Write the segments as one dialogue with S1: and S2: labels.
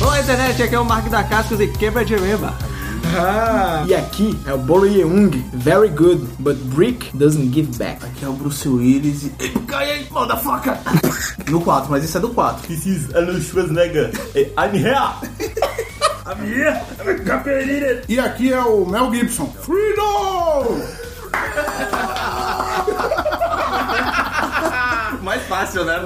S1: Olá, internet, aqui é o Mark da Cascos e quebra de reba.
S2: Ah. E aqui é o Bolo Yeung, very good, but brick doesn't give back.
S3: Aqui é o Bruce Willis e... Ei, Cai aí, manda faca! No 4, mas isso é do 4.
S4: This is Alan Schwarzenegger. Eh, I'm here.
S5: E aqui é o Mel Gibson. Freedom!
S3: Mais fácil, né?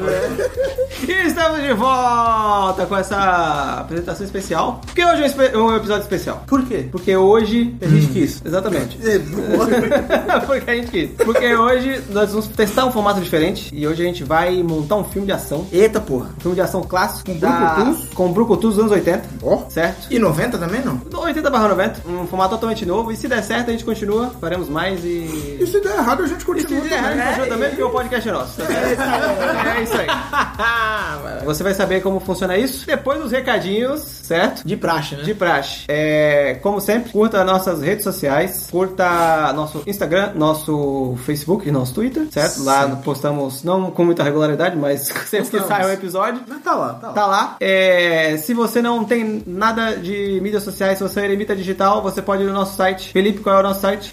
S1: E estamos de volta com essa apresentação especial. Porque hoje é um espe- um episódio especial.
S3: Por quê?
S1: Porque hoje a gente quis. Exatamente. Porque a gente quis. Porque hoje nós vamos testar um formato diferente. E hoje a gente vai montar um filme de ação.
S2: Eita porra.
S1: Um filme de ação clássico. Com
S2: Brucutus?
S1: Com Brucutus dos anos 80.
S2: Ó.
S1: Certo?
S2: E 90 também não?
S1: Do 80 barra 90, um formato totalmente novo. E se der certo, a gente continua, faremos mais e.
S5: E se der errado, a gente
S1: E se
S5: continua.
S1: der errado, a gente continua também, porque o podcast é nosso. tá certo? É isso aí. Você vai saber como funciona isso depois dos recadinhos, certo?
S2: De praxe, né?
S1: De praxe. É, como sempre, curta nossas redes sociais, curta nosso Instagram, nosso Facebook e nosso Twitter, certo? Lá postamos, não com muita regularidade, mas sempre que sai um episódio.
S2: Mas tá lá, tá lá.
S1: Tá lá. É, se você não tem nada de mídias sociais, se você é eremita digital, você pode ir no nosso site. Felipe, qual é o nosso site?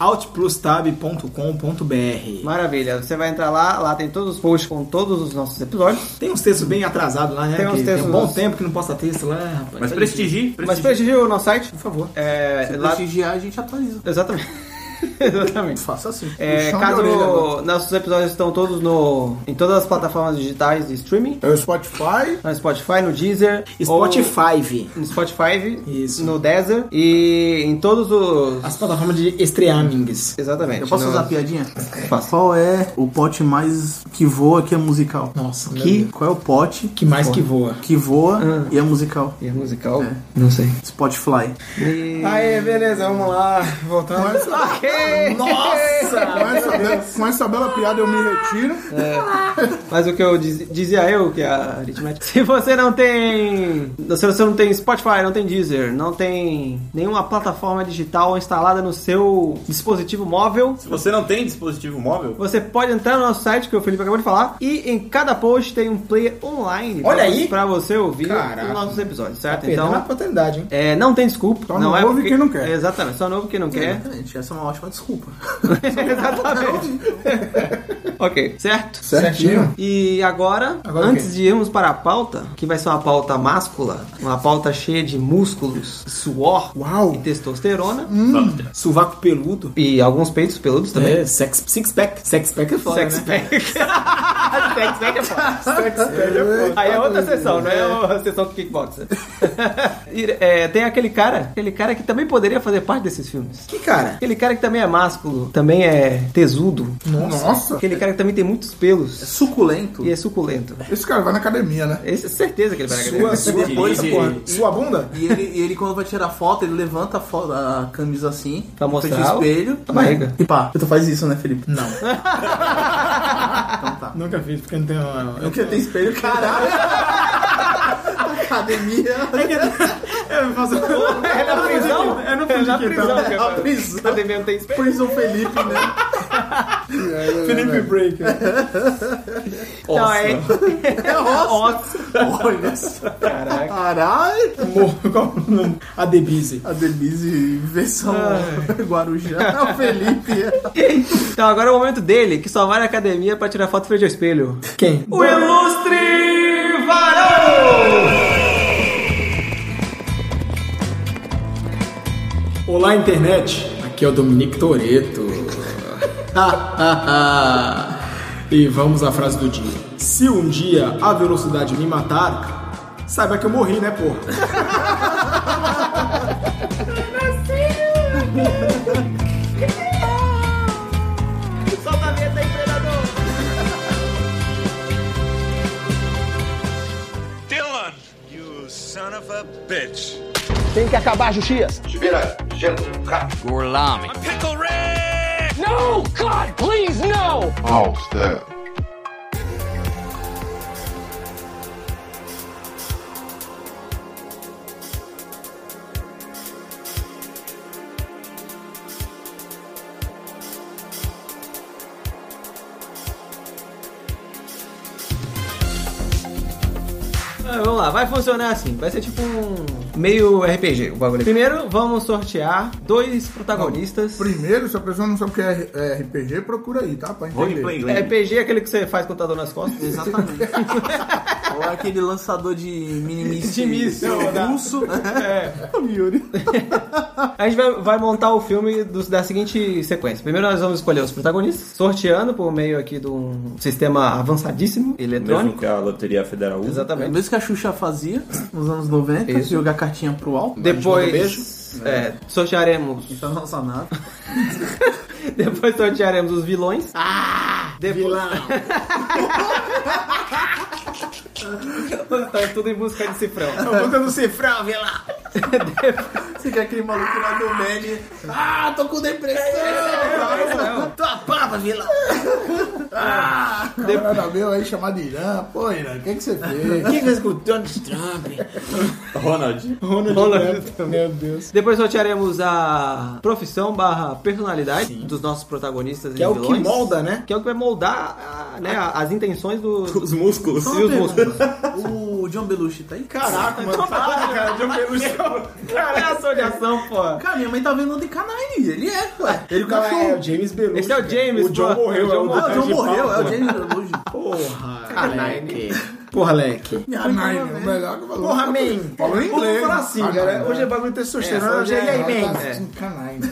S2: Outplustab.com.br
S1: Maravilha, você vai entrar lá, lá tem todos os posts com todos os nossos episódios.
S2: Tem uns textos bem atrasados lá, né?
S1: Tem uns
S2: Que
S1: textos
S2: um bom
S1: nossos.
S2: tempo que não posta texto lá, rapaz.
S4: Mas
S2: Tá
S4: prestigie,
S1: Mas
S4: prestigie.
S1: prestigia o nosso site,
S2: difícil. Por favor.
S1: é,
S3: Se
S1: lá...
S3: prestigiar, a gente atualiza.
S1: Exatamente. Exatamente.
S2: Faça assim.
S1: É,
S5: Puxão de orelha
S1: caso
S5: agora.
S1: nossos episódios estão todos no em todas as plataformas digitais de streaming,
S5: É o Spotify.
S1: no Spotify, no Deezer, ou
S2: Spotify.
S1: no Spotify,
S2: Isso.
S1: no Deezer e em todos os
S2: As plataformas de streamings.
S1: Exatamente.
S3: Eu posso
S1: no-
S3: usar a piadinha?
S1: Faça.
S3: Qual é o pote mais que voa que é musical?
S2: Nossa, meu
S3: Que,
S2: Deus. Ah.
S3: qual é o pote
S2: Que mais que voa.
S3: que voa e é musical?
S1: E é musical? Não sei.
S3: Spotify.
S2: Aê, beleza, vamos lá. Voltando. Nossa!
S5: Com essa, bela, com essa bela piada eu me retiro.
S1: É, Mas o que eu diz- dizia eu, que é a aritmética. Se você não tem. Se você não tem Spotify, não tem Deezer, não tem nenhuma plataforma digital instalada no seu dispositivo móvel.
S4: Se você não tem dispositivo móvel,
S1: Você pode entrar no nosso site, que o Felipe acabou de falar, e em cada post tem um player online pra,
S2: Olha aí!
S1: pra você ouvir
S2: Caraca.
S1: os nossos episódios, certo?
S2: Tá Perdendo a
S1: então,
S2: oportunidade, hein?
S1: é, não tem desculpa.
S5: Só
S1: não
S5: não
S1: é
S5: ouve
S1: porque-
S5: quem não quer.
S1: Exatamente, só não ouve quem não quer.
S3: Exatamente, essa é uma ótima desculpa.
S1: Exatamente. ok, certo?
S5: Certinho.
S1: E agora,
S2: Agora o
S1: antes
S2: quê?
S1: de irmos para a pauta, que vai ser uma pauta máscula, uma pauta cheia de músculos, suor
S5: Uau.
S1: e testosterona,
S2: Hum. Sovaco peludo.
S1: e alguns peitos peludos também.
S2: É, sex, six pack. Sex pack é foda,
S1: Sex
S2: né?
S1: pack. Sex pack é foda. Aí é outra sessão, não
S2: né?
S1: é a sessão do kickboxer. E, é, tem aquele cara, aquele cara que também poderia fazer parte desses filmes.
S2: Que cara?
S1: Aquele cara que também é másculo, também é tesudo.
S5: Nossa.
S1: Aquele cara que também tem muitos pelos
S3: Suculento.
S1: e é suculento.
S5: Esse cara vai na academia, né?
S1: Esse é certeza que ele vai na academia.
S2: Sua, sua,
S4: Depois de-
S2: porra, sua bunda?
S3: E ele, e ele, quando vai tirar foto, ele levanta a, fo- a camisa assim,
S1: Pra mostrar
S3: frente ao
S1: o-
S3: espelho,
S1: a barriga.
S3: E pá, tu faz isso, né, Felipe? Não.
S2: Nunca fiz, porque não tenho... Eu
S3: Porque tem espelho, caralho. Academia.
S1: É na prisão? É na prisão. Tá que
S3: A
S5: É
S1: agora-
S3: prisão.
S5: né?
S1: Academia não tem espelho.
S3: Prison Felipe, né?
S2: Felipe Break.
S1: Não, é. É osso.
S3: Olha só.
S1: Caraca.
S3: Caralho.
S2: A Debise.
S3: A Denise versão Guarujá. O Felipe.
S1: Então agora é o momento dele, que só vai na academia pra tirar foto frente ao espelho.
S2: Quem?
S1: O ilustre varão!
S2: Olá, internet. Aqui é o Dominique Toreto. e vamos à frase do dia. Se um dia a velocidade me matar, saiba que eu morri, né, porra?
S1: Solta a vinheta aí, predador!
S6: Dylan, you son of a bitch.
S7: Vira, gelo, rápido.
S6: I'm Pickle Rick!
S7: Alto,
S1: Ah, vamos lá, vai funcionar assim. Vai ser tipo um meio RPG o bagulho. Primeiro, vamos sortear dois protagonistas.
S5: Primeiro, se a pessoa não sabe o que é R- é RPG, procura aí, tá? Pra entender.
S3: Roleplay inglês.
S1: RPG é aquele que você faz com o computador nas costas.
S3: Exatamente. Ou aquele lançador de minimis
S1: De míssil, né?
S3: russo.
S1: A gente vai, vai montar o filme dos- da seguinte sequência. Primeiro nós vamos escolher os protagonistas, sorteando por meio aqui de um sistema avançadíssimo,
S4: Mesmo
S1: eletrônico.
S4: que a Loteria Federal usa.
S3: É o
S1: Exatamente.
S3: mesmo que a Xuxa fazia nos anos 90,
S1: Isso.
S3: jogar cartinha pro alto.
S1: Depois.
S4: um
S1: é, sortearemos.
S3: Então não lança nada.
S1: Depois sortearemos os vilões. Ah! Depois... Vilão! tá tudo em busca de cifrão.
S2: Botando cifrão, vê lá.
S3: Você quer aquele maluco lá do Mene? Ah, tô com
S5: É,
S3: depressão! Tua pava, vilão! Ah!
S5: Camarada meu aí chamado de Irã. Pô, Irã, o que, que você fez?
S3: Quem fez com o Donald Trump?
S4: Ronald.
S5: Meu Deus.
S1: Depois sortearemos a profissão barra personalidade dos nossos protagonistas
S2: Que
S1: e
S2: é o
S1: vilões.
S2: que molda, né?
S1: Que é o que vai moldar ah, né, as intenções do,
S4: Os músculos.
S1: e os músculos.
S3: O John Belushi tá aí?
S2: Caraca, mano. Para, Ah, cara, John Belushi.
S1: Cara, é a associação, pô.
S3: Cara, minha mãe tá vendo de canais. Ele é, ué.
S2: Ele cara, é o James Belushi.
S1: Esse é o James,
S2: O John
S1: pô.
S2: morreu,
S1: O John
S2: é o
S1: morreu.
S3: Ah,
S2: Lucas
S3: o John
S2: de
S3: morreu, é
S2: Paula.
S3: o James Belushi.
S2: Porra. Porra, Leque.
S3: Minha mãe
S5: Caralho,
S3: tá
S5: o
S3: vendo.
S5: melhor que falou.
S2: Porra, man.
S5: Falou em inglês.
S2: Vamos falar assim,
S5: Ah,
S2: cara.
S5: não,
S2: Hoje é
S5: não.
S2: bagulho testosterona. Hoje é, e aí, man.
S5: Tá assistindo canais.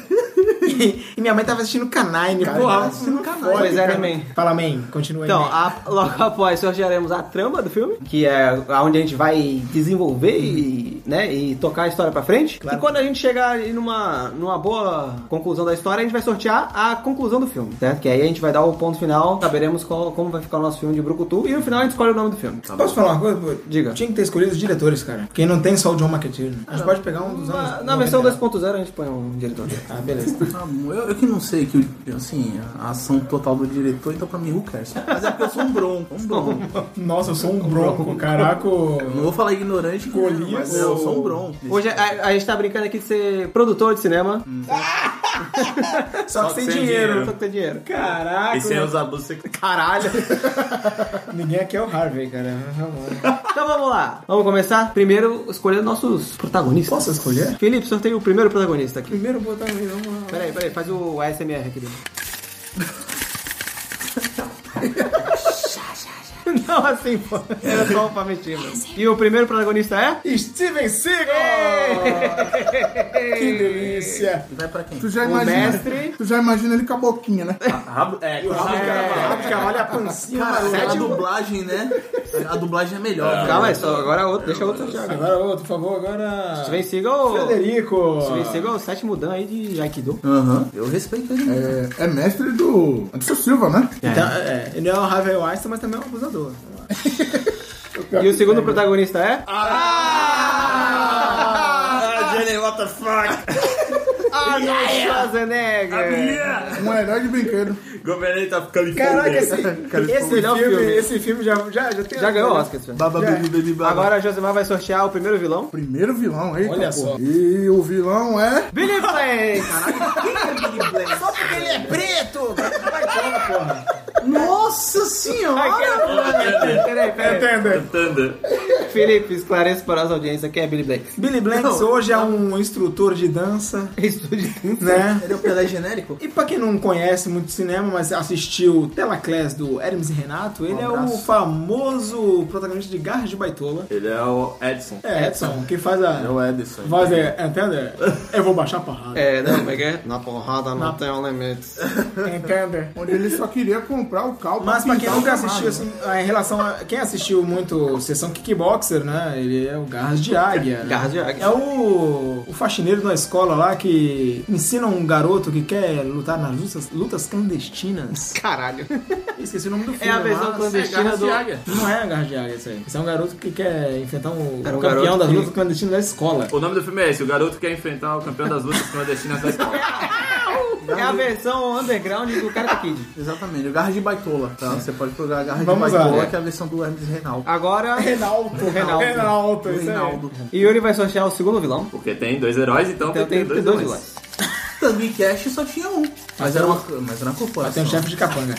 S2: E minha mãe tava assistindo Canine, porra. Assistindo Canine.
S1: Pois é, né, man?
S2: Fala, man. Continua aí,
S1: Então,
S2: man.
S1: a- logo após sortearemos a trama do filme, que é onde a gente vai desenvolver e, né, e tocar a história pra frente. E quando a gente chegar ali numa, numa boa conclusão da história, a gente vai sortear a conclusão do filme, certo? Que aí a gente vai dar o ponto final, saberemos qual- como vai ficar o nosso filme de Brucutu, e no final a gente escolhe o nome do filme.
S2: Posso falar uma coisa? pô?
S1: Diga.
S2: Tá Tinha que ter escolhido os diretores, cara. Quem não tem só o John McAteer. né? A gente pode pegar um dos anos.
S1: Na, na versão
S2: 90.
S1: 2.0 a gente põe um diretor.
S2: Ah, beleza.
S3: Eu, eu que não sei que o- assim, a ação total do diretor, então pra mim who cares? Mas é porque eu sou um bronco, um bronco.
S2: Nossa, eu sou um bronco, caraca.
S3: Não vou falar ignorante,
S2: Golias.
S3: mas eu sou um bronco.
S1: Hoje a, a gente tá brincando aqui de ser produtor de cinema,
S2: Só que sem dinheiro.
S1: só que tem dinheiro.
S2: Caraca.
S4: E sem é os abusos sexuais.
S2: Caralho. Ninguém aqui é o Harvey, cara.
S1: Então vamos lá. Vamos começar? Primeiro, escolhendo nossos protagonistas.
S2: Posso escolher?
S1: Felipe, sorteia o primeiro protagonista aqui.
S2: Primeiro botar vamos lá.
S1: Peraí, peraí, faz o ASMR aqui dentro. Não assim, pô. Era só pra mentir, mano. E o primeiro protagonista é?
S2: Steven Seagal! que delícia!
S3: Vai pra quem?
S5: Tu já
S1: O
S5: imagina.
S1: mestre.
S5: Tu já imagina ele com a boquinha, né?
S4: Rabo- É, com rabo de cavalo.
S2: Caraca, olha a pancinha.
S3: Cara, a
S1: sétimo-
S3: dublagem, né? A dublagem é melhor. cara.
S1: Calma aí, só agora é outro. Deixa outro sortear.
S2: Agora outro, por favor, agora.
S1: Steven Seagal.
S2: Frederico!
S1: Steven Seagal é o sétimo dan aí de Aikido.
S3: Aham. Eu respeito ele. né?
S5: É, é mestre do Anderson Silva, né?
S2: Então, é, ele não é o Harvey Weinstein, mas também é um abusador.
S1: E o segundo protagonista é?
S4: Ah, Jenny, what the fuck? Ah,
S1: Arnold Schwarzenegger.
S5: Um herói de brinquedo.
S4: Governança ficando
S2: Caraca, esse, esse,
S1: melhor
S2: filme,
S1: filme.
S2: esse filme já, já, já, tem
S1: Já ganhou o Oscar, esse filme.
S3: Baba, baby, baby, baba.
S1: Agora a Josemar vai sortear o primeiro vilão.
S5: Primeiro vilão, eita,
S2: Olha
S5: pô.
S2: só.
S5: E o vilão é.
S1: Billy Flay!
S3: Só porque ele é preto! Nossa senhora!
S1: é né? Peraí, peraí.
S2: Entender.
S4: Thunder.
S1: Felipe, esclareça para a nossa audiência quem é Billy Blake. É
S2: Billy Blanks
S3: Não.
S2: hoje é um instrutor de dança,
S1: Estúdio.
S2: né?
S3: Ele é o Pelé genérico?
S2: E pra quem não conhece muito cinema, mas assistiu Telaclass do Hermes e Renato, ele é o
S3: abraço.
S2: famoso protagonista de Garra de Baitola.
S4: Ele é o Edson.
S2: É, Edson, que faz a
S3: o Edson.
S2: voz é, entende? Eu vou baixar a porrada.
S1: É, não, como é que é? Na porrada não tem limites.
S2: Entende?
S5: Onde ele só queria comprar o carro
S2: Mas pra quem
S5: pintar o
S2: nunca
S5: carro,
S2: assistiu,
S5: né?
S2: assim, em relação a. Quem assistiu muito Sessão Kickboxer, né? Ele é o Garras de Águia. né?
S1: Garras de Águia.
S2: É o, o faxineiro da escola lá que ensina um garoto que quer lutar nas lutas, lutas clandestinas.
S1: Caralho.
S2: Esqueci o nome do filme.
S1: É a versão
S2: mas-
S1: clandestina do.
S2: Não é a Garra de Águia, isso aí. Isso é um garoto que quer enfrentar um
S1: Era um
S2: campeão
S1: garoto
S2: das
S1: que-
S2: lutas clandestinas da escola.
S4: O nome do filme é esse. O garoto quer enfrentar o campeão das lutas clandestinas da escola.
S1: É a versão underground do Karate Kid.
S3: Exatamente, o Garra de Baitola, tá? Você pode procurar a Garra
S2: Vamos
S3: de
S2: lá,
S3: Baitola,
S2: né?
S3: que é a versão do Hermes Reinaldo.
S4: É
S1: Agora,
S2: Renalto.
S1: Renaldo.
S2: Renaldo,
S3: Do
S2: isso aí.
S3: Reinaldo.
S1: Yuri vai sortear o segundo vilão.
S4: Porque tem dois heróis, então,
S1: Então tem dois vilões.
S3: Tangue Cash só tinha um. Mas era uma, mas era uma corporação.
S2: Tem um chefe de capanga.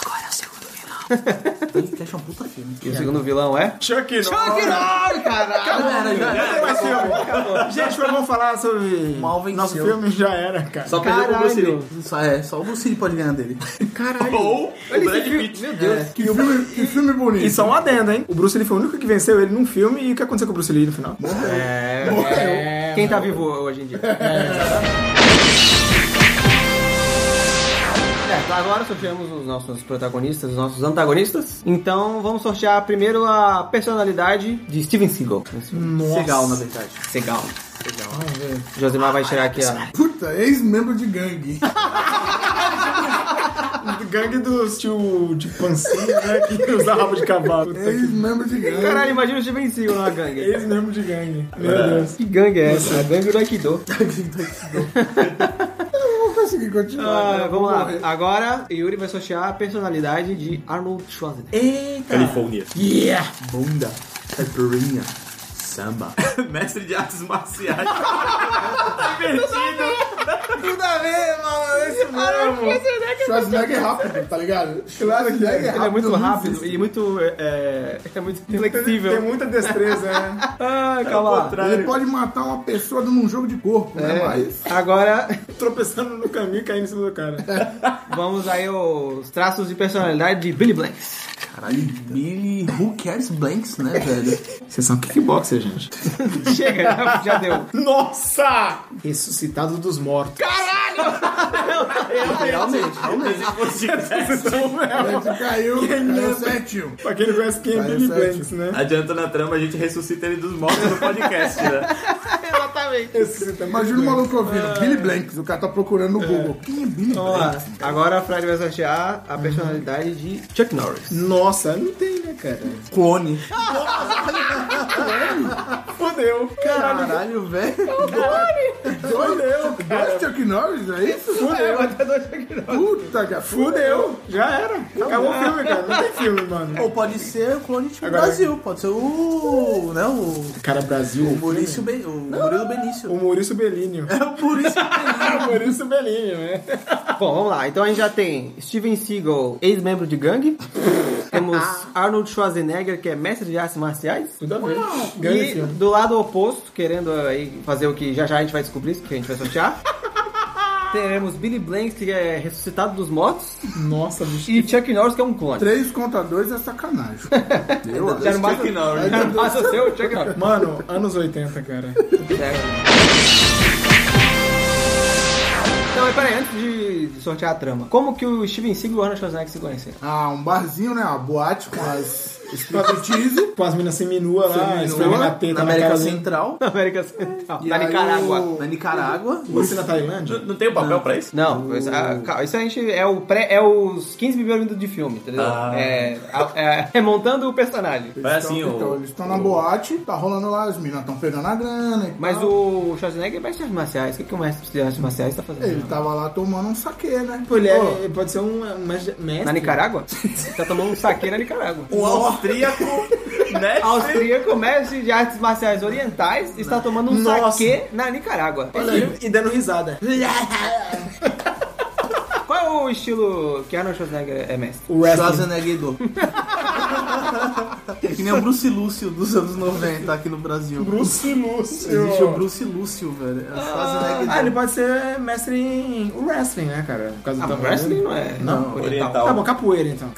S3: Agora é o segundo vilão. Tank é um puta filme.
S1: E o segundo vilão é?
S2: Chuck Norris.
S1: Norris, caralho!
S3: Cara, já-
S2: Já tem mais filme. Gente, mas vamos falar sobre
S3: Mal venceu.
S2: nosso filme. Já era, cara.
S4: Só perdeu pro Bruce Lee.
S3: Só, é, só o Bruce Lee pode ganhar dele.
S2: Caralho.
S4: Ou o Brad Pitt.
S1: Meu Deus.
S5: Que filme, que filme bonito.
S2: E só um adendo, hein? O Bruce Lee foi o único que venceu ele num filme. E o que aconteceu com o Bruce Lee no final?
S1: É, Quem tá vivo hoje em dia? É. Certo, É, então agora sorteamos os nossos protagonistas, os nossos antagonistas. Então vamos sortear primeiro a personalidade de Steven Seagal. Hum.
S3: Legal, na verdade.
S1: Seagal. Josimar vai tirar aqui a.
S5: Puta, ex-membro de gangue.
S2: Gangue dos tio de pancinha, né? Que usava rabo de cavalo.
S5: Ex-membro de gangue.
S1: Caralho, imagina o Steven Seagal na gangue.
S2: Eles mesmo de gangue. Meu Deus.
S1: Que gangue é essa? A gangue do Aikido.
S5: Eu não consegui continuar.
S1: Ah,
S5: né?
S1: vamos lá.
S5: Morrer.
S1: Agora, Yuri vai sortear a personalidade de Arnold Schwarzenegger.
S3: Eita!
S4: Califórnia.
S3: Yeah! Bunda, caipirinha, samba.
S4: Mestre de artes marciais.
S1: Ah,
S5: Schwarzenegger é rápido, tá ligado?
S2: Claro que é.
S5: Schwarzenegger
S1: Ele é muito
S5: não
S1: rápido
S5: existe.
S1: e muito. É, é muito
S2: Tem um
S1: flexível.
S2: muita destreza, né?
S1: Ah, calma lá.
S5: Ele pode matar uma pessoa num jogo de corpo, né? Mas...
S1: Agora,
S2: Tropeçando no caminho e caindo em cima do cara.
S1: vamos aí aos traços de personalidade de Billy Blanks.
S3: Caralho, Billy Who Cares Blanks, né, velho?
S2: Vocês são kickboxer, gente.
S1: Chega, já- já deu.
S2: Nossa! Ressuscitado dos mortos.
S3: Realmente, realmente.
S5: Ele caiu, caiu sétimo.
S2: Pra quem não conhece quem é
S5: Vai,
S2: Billy
S5: certo.
S2: Blanks, né?
S4: Adianta na trama, a gente ressuscita ele dos mortos no podcast, né?
S1: Exatamente.
S2: Ressuscitado.
S5: Imagina o maluco ouvindo. Billy Blanks, o cara tá procurando no Google. Quem é Billy
S1: Vamos
S5: Blanks?
S1: lá. Agora a Fred vai sortear a personalidade de Chuck Norris.
S2: Nossa, não tem, né, cara?
S3: Clone.
S2: Fodeu.
S3: Caralho, velho.
S2: Fodeu.
S5: Dois Chuck Norris, é isso? Puta, cara.
S2: Fudeu, já era. Acabou o filme, cara. Não tem filme, mano.
S3: Ou pode ser o clone tipo
S2: Agora-
S3: Brasil, pode ser o. né, o.
S2: Cara, Brasil.
S3: O Maurício Ben. O Murilo Benício.
S2: O Maurício Bellínio.
S3: É o Maurício
S2: o Maurício Bellínio, né?
S1: Bom, vamos lá. Então a gente já tem Steven Seagal, ex-membro de gangue. Temos Arnold Schwarzenegger, que é mestre de artes marciais.
S2: Tudo a ver. Grande
S1: E
S2: filme.
S1: do lado oposto, querendo aí fazer o que já já a gente vai descobrir, isso que a gente vai sortear. Teremos Billy Blanks, que é ressuscitado dos mortos.
S2: Nossa, bicho.
S1: E Chuck Norris, que é um clone.
S5: Três contra dois é sacanagem. Eu acho.
S1: Já não basta,
S4: Norris.
S1: já não basta o seu, Chuck Norris.
S2: Mano, anos 80, cara.
S1: Então, mas peraí, antes de, de sortear a trama, como que o Steven Seagal e o Arnold Schwarzenegger se conheceram?
S5: Ah, um barzinho, né? Uma boate com as striptease.
S2: Com as minas seminua lá, esfregando a teta na, cara
S3: Na América
S2: dele.
S3: Central,
S1: Na América Central.
S5: E
S1: Na
S5: aí
S1: Nicarágua.
S5: o-
S3: na Nicarágua.
S2: Você na Tailândia?
S4: Não tem o papel pra isso?
S1: Não, pois, ah, calma, isso a gente é o pré, é os 15 primeiros minutos de filme, entendeu?
S4: Ah.
S1: É, a- é, remontando o personagem.
S4: Vai assim,
S5: então, então,
S4: o...
S5: eles estão na boate, tá rolando lá, as meninas estão pegando a grana. e
S1: Mas
S5: tal.
S1: o Schwarzenegger é mestre de artes marciais. O que, que o mestre de artes marciais tá fazendo?
S5: Ele tava lá tomando um saque, né?
S2: Pô, ele
S5: Pô,
S2: é- ele pode ser um um mes- mestre.
S1: Na Nicarágua? tá tomando um saque na Nicarágua.
S3: Um
S4: O austríaco, né?
S1: Austríaco, mestre de artes marciais orientais, está tomando um
S2: Nossa.
S1: saque na Nicarágua.
S2: E dando risada.
S1: Qual é o estilo que Arnold Schwarzenegger é mestre?
S2: O wrestling.
S3: Schwarzenegger. que nem o Bruce Lúcio dos anos 90 aqui no Brasil.
S2: Bruce Lúcio.
S3: Existe o Bruce Lúcio, velho. É o Schwarzenegger.
S2: Ah, ele pode ser mestre em wrestling, né, cara? Por causa do tamanho.
S1: wrestling não é
S2: Não,
S1: oriental.
S4: oriental.
S2: Tá bom, capoeira, então.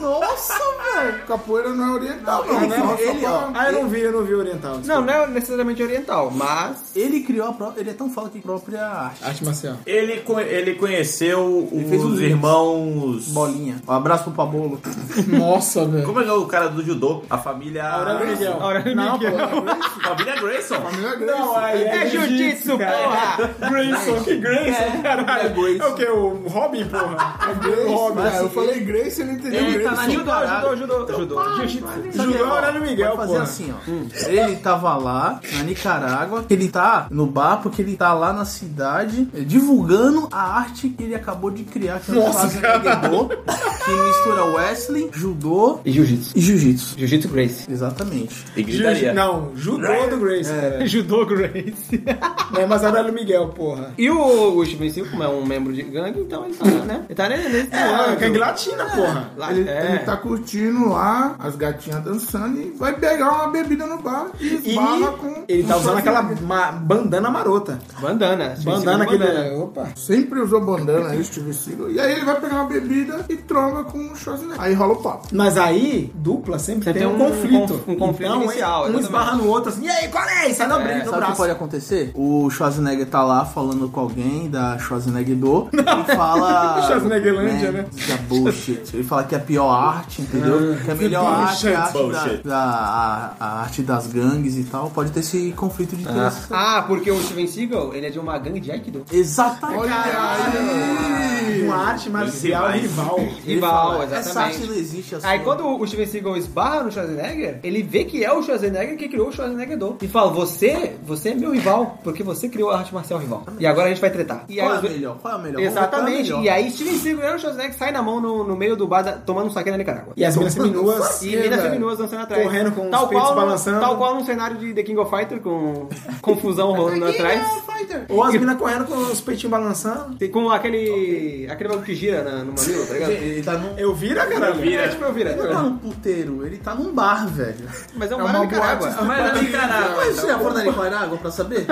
S5: Nossa, velho! Capoeira não é oriental, não.
S2: né?
S5: Só- só
S3: Ele,
S5: pra-
S2: Ah, eu não vi, eu não vi oriental.
S1: Não, não é necessariamente oriental, mas...
S3: Ele criou a própria. Ele é tão foda que criou a própria arte.
S2: Arte marcial.
S4: Ele, co- ele conheceu
S3: fez um
S4: os irmãos...
S3: Bolinha. Um abraço pro Pabolo.
S2: Nossa, velho.
S4: Como é que é o cara do judô? A família...
S3: Ah,
S2: Aurélio Miguel.
S1: Aurélio
S2: Não, é
S1: Miguel.
S4: Família Grayson.
S5: Família Grace. Não,
S2: aí
S1: É jiu-jitsu, porra!
S2: Grayson, que Grayson, caralho.
S3: é Grayson.
S2: É o que? O Robin, porra. É
S5: Grace,
S2: Robin.
S5: cara, eu falei Grace, ele entendeu
S3: Ele tá
S5: Grace.
S3: na
S1: Judô, judô,
S3: Nicarágua.
S1: judô, Tá judô. Jiu-jitsu.
S2: Judô é
S3: Ó,
S2: Aurélio Miguel,
S3: pode fazer
S2: porra.
S3: assim, ó. Ele tava lá na Nicarágua, ele tá no bar porque ele tá lá na um cidade eh, divulgando a arte que ele acabou de criar que é o Schwarzenegger. que mistura wrestling, judô
S1: E jiu-jitsu.
S3: e jiu-jitsu.
S1: Jiu-jitsu Grace.
S3: Exatamente.
S4: E gritaria.
S2: Não, judô do Grace. É.
S1: Judô Grace.
S2: Não é mais Aurélio Miguel, porra.
S1: E o Augusto Vencil, como é um membro de gangue, então ele tá, né? Ele tá nesse nesse
S2: Ah,
S1: lado.
S2: que é gelatina, porra.
S1: Lá-
S5: Ele,
S1: é.
S5: ele tá curtindo lá, as gatinhas dançando e vai pegar uma bebida no bar e
S2: E
S5: esbarra com.
S2: ele tá
S5: com
S2: usando
S5: sua
S2: aquela
S5: filha.
S2: ma- bandana marota.
S1: Bandana.
S2: Bandana é.
S1: Vencil de
S2: aquele. Opa.
S5: Sempre usou bandana, eu Steve Seagal. E aí ele vai pegar uma bebida e tromba com o Schwarzenegger. Aí rola o papo.
S2: Mas aí, dupla sempre
S1: Sempre
S2: tem um,
S1: tem um
S2: conflito.
S1: conf- um conflito
S2: então,
S1: inicial,
S2: Um
S1: exatamente.
S2: esbarra no outro assim, e aí, qual é? E Sai no, brinco, no
S3: Sabe o que
S2: braço.
S3: pode acontecer? O Schwarzenegger tá lá falando com alguém da Schwarzenegger do e fala.
S2: Schwarzeneggerlândia, né?
S3: Isso é bullshit. Ele fala que é a pior arte, entendeu?
S1: Ah.
S3: Que a melhor arte é a arte,
S4: Bullshit.
S3: da, da- a, a arte das gangues e tal. Pode ter esse conflito de interesse.
S1: Ah, porque o Steven Seagal, ele é de uma gangue de Aikido.
S3: Exatamente.
S2: Uma arte marcial
S4: Rivais.
S2: rival.
S3: Ele
S1: Rival,
S3: fala, Essa arte
S1: exatamente.
S3: não existe assim.
S1: Aí quando o Steven Seagal esbarra no Schwarzenegger, ele vê que é o Schwarzenegger que criou o Schwarzenegger do. E fala, você, você é meu rival, porque você criou a arte marcial rival. E agora a gente vai tretar. E aí,
S3: Qual é a
S1: os dois-
S3: melhor? Qual é a melhor?
S1: Exatamente.
S3: Qual é a
S1: E
S3: melhor?
S1: aí Steven Seagal e o Schwarzenegger saem na mão no, no meio do bar da- tomando um saque na Nicarágua.
S2: Então, E as minas seminuas.
S1: E minas feminuas dançando atrás.
S2: Correndo com os
S1: tal
S2: peitos
S1: qual,
S2: balançando.
S1: Tal qual num cenário de The King of Fighter com confusão rolando atrás.
S2: Ou as minas correndo com os peitinhos balançando.
S1: Tem- Com aquele. aquele bagulho que gira na, no mamilo, tá ligado?
S3: Ele tá num.
S2: Eu vira, caralho.
S1: É tipo eu vira.
S3: Ele não tá num puteiro, ele tá num bar, velho.
S1: Mas é então. um bar
S2: É uma
S1: na Nicarágua.
S2: boate.
S4: Mas era de caralho.
S3: Mas você já foi na Nicarágua pra saber?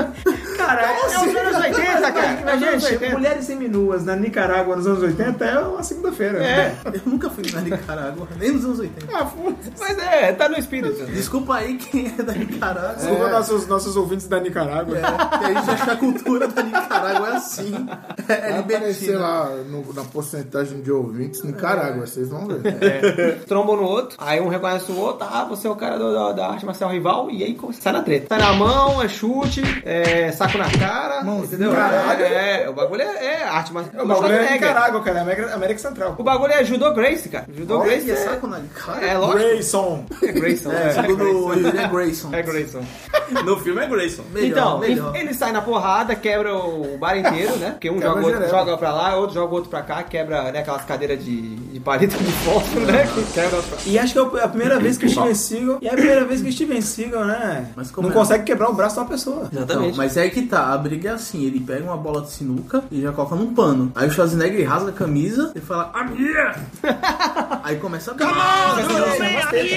S2: Caralho,
S1: É os anos 80, cara. É os anos 80.
S2: mulheres seminuas na Nicarágua nos anos 80 é uma segunda-feira.
S1: É.
S3: Eu nunca fui na Nicarágua, nem nos anos 80.
S2: Ah, foda-se.
S1: Mas é, tá no espírito.
S3: Desculpa aí quem é da Nicarágua.
S2: Desculpa nossos, nossos ouvintes da Nicarágua.
S3: É, a gente acha que a cultura da Nicarágua é assim. É
S5: Vai
S2: Né?
S5: aparecer
S3: libertina.
S5: lá no- na porcentagem de ouvintes Nicarágua, vocês vão ver.
S2: É,
S1: Trombam no outro, aí um reconhece o outro, ah, você é o cara do- da- da arte marcial rival, e aí come- sai na treta. Sai na mão, é chute, é saco na cara, entendeu?
S2: caralho.
S1: É, é, o bagulho é, é arte marcial.
S2: O bagulho é
S1: Schwarzenegger.
S2: Nicarágua, cara. América, América Central.
S1: O bagulho é judô Grace, cara. Judô
S3: Olha,
S1: Grace
S3: que
S1: é,
S3: saco na Nicarágua.
S1: é lógico.
S2: Grayson.
S1: É Grayson.
S3: É, segundo o
S1: Grayson.
S3: Yuri é Grayson.
S1: É Grayson.
S4: No filme é Grayson.
S3: Melhor,
S1: então,
S3: melhor.
S1: ele sai na porrada, quebra o bar inteiro, né? Porque um
S2: Quebra
S1: joga, o outro,
S2: geral.
S1: joga pra lá, outro joga o outro pra cá, quebra né, aquelas cadeiras de, de palito de fósforo, né? Que quebra as-
S2: E acho que é a primeira vez que o Steven Seagal. E é a primeira vez que o Steven Seagal, né?
S3: Mas como
S2: não
S3: é?
S2: consegue quebrar o braço de uma pessoa.
S1: Exatamente.
S3: Então, mas é que tá, a briga é assim, ele pega uma bola de sinuca e já coloca num pano. Aí o Schwarzenegger ele rasga a camisa e fala, "I'm here!" Aí começa a briga.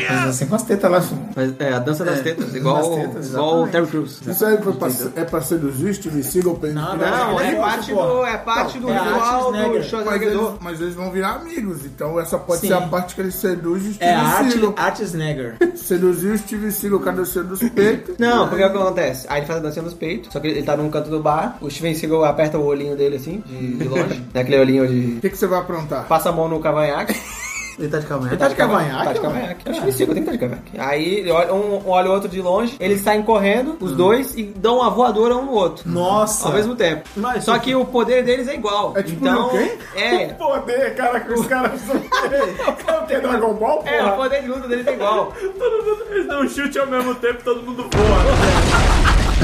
S2: Mas assim com as tetas lá.
S1: Mas é, a dança das
S3: É,
S1: tetas, igual,
S2: das tetas,
S1: igual o Terry Crews.
S5: Isso aí foi pra, é pra seduzir Steve Seagal pra ele
S1: Não, é,
S2: é
S1: parte
S2: porra.
S1: do, é parte do
S2: é a
S1: ritual
S2: arte
S1: do
S2: Schwarzenegger.
S5: Mas
S1: Schwarzenegger.
S5: eles, mas eles vão virar amigos, então essa pode
S2: Sim.
S5: ser a parte que ele seduz o Steve
S2: É a arte,
S5: Seagal.
S2: arte Snagger.
S5: Seduzir o Steve Seagal, cadê o dos peitos?
S1: Não, porque o que acontece? Aí ele faz a dancinha nos peitos, só que ele tá num canto do bar, o Steven Seagal aperta o olhinho dele assim, de, de longe, né? aquele olhinho de...
S5: O que, que você vai aprontar?
S1: Passa a mão no cavanhaque.
S3: Ele tá de cavanhaque.
S2: Tá de cavanhaque?
S1: Tá de cavanhaque. É o Steven Seagal, tem que tá de cavanhaque. Aí ele olha, um olha o outro de longe, eles saem correndo,
S3: Hum.
S1: os dois, e dão uma voadora um no outro.
S2: Nossa.
S1: Ao mesmo tempo.
S2: Mas-
S1: Só que o poder deles é igual.
S5: É tipo
S1: então,
S5: o Liu
S1: é,
S2: Poder, cara, que os caras são. Tem Dragon Ball, porra.
S1: é, o poder de luta deles é igual.
S4: Todo mundo, eles dão um chute ao mesmo tempo, todo mundo voa.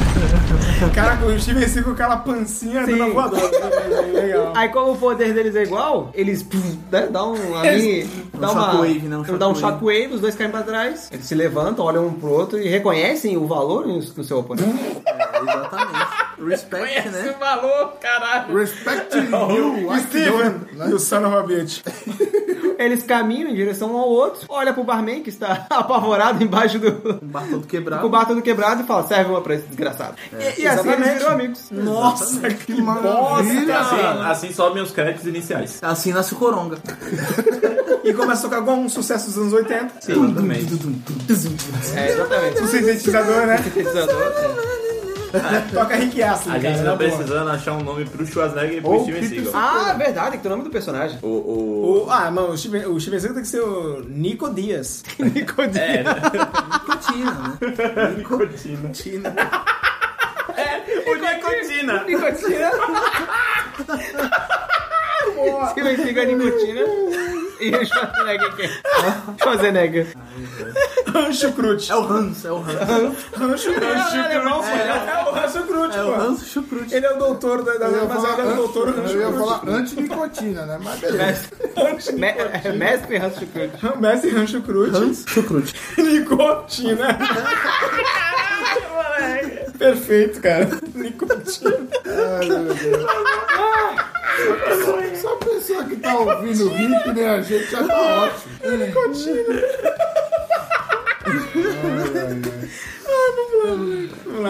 S2: Caraca, o Steven Seagal com aquela pancinha
S1: Sim.
S2: dando a voadora. Legal.
S1: Aí como o poder deles é igual, eles puf, né, dão um ali, dá
S3: Um
S1: uma
S3: shockwave, né, um
S1: dá um
S3: shockwave.
S1: shockwave, os dois caem pra trás. Eles se levantam, olham um pro outro e reconhecem o valor no, no seu oponente.
S3: Exatamente. Respect, né?
S4: valor, caralho.
S5: Respect you, I Steven.
S2: É E o Son of a Bitch.
S1: Eles caminham em direção um ao outro, olha pro barman que está apavorado embaixo do
S3: Um bar todo quebrado.
S1: com o bar todo quebrado e fala, serve uma pra esse desgraçado. e e assim eles
S2: É. Exatamente.
S1: viram amigos.
S2: Nossa,
S5: Que maravilha!
S4: Assim, assim sobem os créditos iniciais.
S3: Assim nasce o Coronga.
S2: E começa a tocar igual um sucesso dos anos 80.
S4: Exatamente.
S1: É, exatamente.
S2: Um sintetizador, né?
S1: Sintetizador, é.
S2: Toca Rick Astley,
S4: A
S2: cara,
S4: gente
S2: na
S4: tá
S2: boa.
S4: precisando achar um nome pro Schwarzenegger e pro
S5: Ou
S4: Steven
S5: Peter
S4: Seagal.
S1: Ah, verdade, tem que ter o nome do personagem.
S4: O, o...
S2: O- ah, mano, o Steven, o Steven Seagal tem que ser o Nico Dias.
S1: Nico Dias.
S4: É, né?
S3: Nicotina, né?
S4: Nicotina.
S3: Nicotina.
S4: O Nicotina.
S1: Nicotina. Se vem fica nicotina. E o Schwarzenegger quer. Schwarzenegger.
S2: Rancho Cruz.
S3: É o Hans, é o Hans.
S2: Rancho Cruz. É o Rancho Cruz,
S3: É o
S2: pô.
S3: Hans Chucrute.
S2: Ele é o doutor da, da
S5: Eu ia
S2: mas
S5: falar
S2: ele é o
S5: anti-
S2: doutor Rancho
S5: Eu ia
S2: Cruz.
S5: falar antinicotina, né? Mas beleza.
S1: Me- é, Mestre Hans Chukut.
S2: Mestre Rancho Cruz. né?
S3: Hans Chucrute.
S2: Nicotina. Perfeito, cara. Nicotina.
S5: Só a pessoa que tá ouvindo rir que nem a gente já tá ótimo.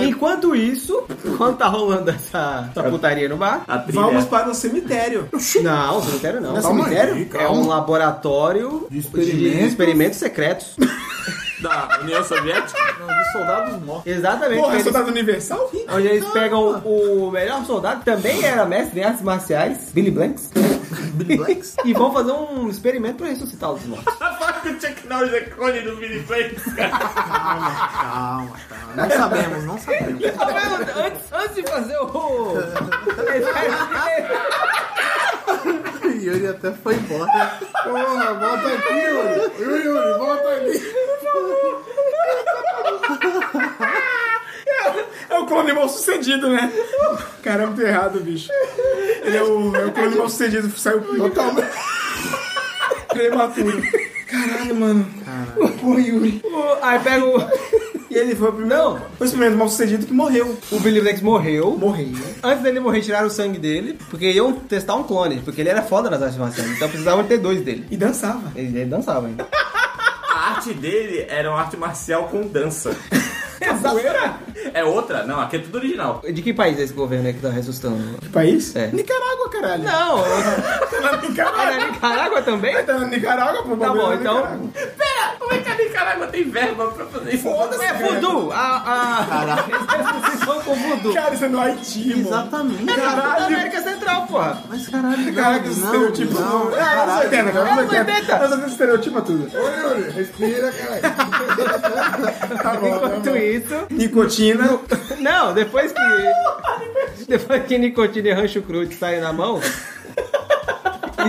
S1: Enquanto isso, enquanto tá rolando essa, essa putaria no bar.
S4: A trilha
S2: Vamos para um cemitério.
S1: Não, cemitério não.
S5: Calma aí,
S1: É
S5: calma.
S1: um laboratório de
S5: experimentos.
S1: de experimentos secretos.
S4: da União Soviética.
S3: Não, de soldados mortos.
S1: Exatamente.
S2: Porra, é
S1: eles-
S2: soldado universal?
S1: Onde eles pegam o, o melhor soldado, que também era mestre em artes marciais, Billy Blanks,
S3: Billy Blanks.
S1: e vão fazer um experimento pra ressuscitar os mortos.
S4: Fala com o Chuck Norris é clone dos miniplays.
S3: Calma, calma. Não sabemos, não sabemos.
S1: antes, antes de fazer o.
S3: E ele até foi embora.
S5: Porra, volta aqui, Yuri. Yuri, Yuri, volta ali.
S2: É o clone mal sucedido, né? Caramba, tô errado, bicho. Ele é o, é o clone mal sucedido, saiu totalmente prematuro. Caralho, mano. Porra, Yuri.
S1: o- aí pega o.
S2: E ele foi o primeiro.
S1: Não,
S2: Foi o primeiro mal sucedido que morreu.
S1: o Billy Blanks morreu.
S2: Morreu. né?
S1: Antes dele morrer, tiraram o sangue dele, porque iam testar um clone, porque ele era foda nas artes marciais, então precisavam ter dois dele.
S2: E dançava.
S1: Ele, ele dançava ainda.
S4: A arte dele era uma arte marcial com dança.
S1: Exato.
S4: É outra? Não, aqui é tudo original.
S1: De que país é esse governo aí que tá ressuscitando?
S2: Que país?
S1: É.
S2: Nicarágua, caralho.
S1: Não,
S2: Tá Nicarágua.
S1: era É Nicarágua também?
S2: Tá na Nicarágua, pô.
S1: Tá
S2: bagulho
S1: bom,
S2: na
S1: então.
S2: Nicarágua.
S4: Pera, como é que a Nicarágua tem verba pra fazer isso?
S1: É voodoo! A, a... Caralho. Eles vão com voodoo.
S2: Cara, isso é no Haiti, mano.
S3: Exatamente.
S1: Da América Central, porra.
S3: Mas caralho,
S2: Caraca, esse estereotipo.
S3: não,
S2: do- É, anos 80, cara. Anos
S1: Anos 80.
S2: 80. Anos 80 estereotipa tudo.
S5: Ô, Yuri, respira, caralho.
S2: Tá bom, tá
S1: Enquanto
S2: bom.
S1: isso.
S2: Nicotina.
S1: Não, depois que. Depois que Nicotina e Rancho Cruz saem na mão.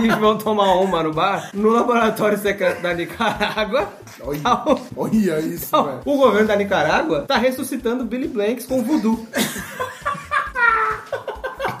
S1: E vão tomar uma no bar, no laboratório secreto da Nicarágua. tá o- tá
S5: Olha isso, velho.
S1: O governo da Nicarágua tá ressuscitando Billy Blanks com voodoo.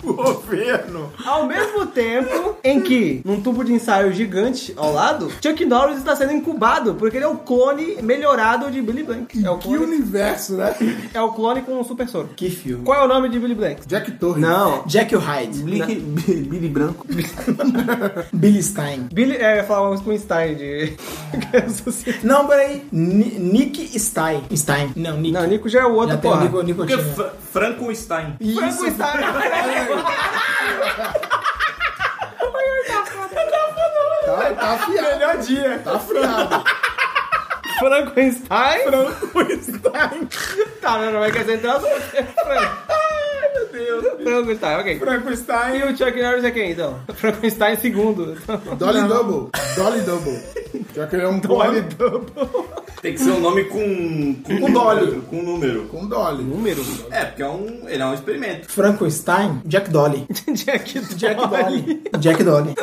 S2: Governo.
S1: Ao mesmo tempo em que, num tubo de ensaio gigante ao lado, Chuck Norris está sendo incubado, porque ele é o clone melhorado de Billy Blanks. É o
S5: Que
S1: clone,
S5: universo, né?
S1: é o clone com o super soro.
S2: Que filme.
S1: Qual é o nome de Billy Blanks?
S5: Jack Torres.
S1: Não.
S2: Jack Hyde.
S3: Billy, Billy- Billy Branco.
S2: Billy Stein.
S1: Billy... É, eu ia falar com o Stein de...
S2: Não, peraí. Ni- Nick Stein. Stein. Não, Nick.
S1: Não, Nico já é o outro,
S2: Já tem o
S1: porra.
S2: Nico,
S4: Porque
S2: Nicotina.
S4: Fra- Frankenstein.
S1: Franco Stein.
S5: Tá, tá afiado.
S2: Melhor dia.
S5: Tá afiado.
S1: Franco Stein.
S2: Franco Stein.
S1: Tá, não, não vai querer entrar, só porque é Franco.
S2: Ai, meu Deus.
S1: Franco Stein, ok.
S2: Franco
S1: E
S2: Stein.
S1: o Chuck Norris é quem, então? Franco Stein segundo.
S5: Dolly Double. Dolly Double. Já que ele é um Dolly
S4: Tem que ser um nome com. Com,
S2: dólar.
S4: Com número.
S5: com Dolly.
S1: Número.
S4: É, porque é um, ele é um experimento.
S2: Franco Stein. Jack Dolly.
S1: Jack
S2: Jack
S1: Dolly.
S2: Dolly. Jack Dolly.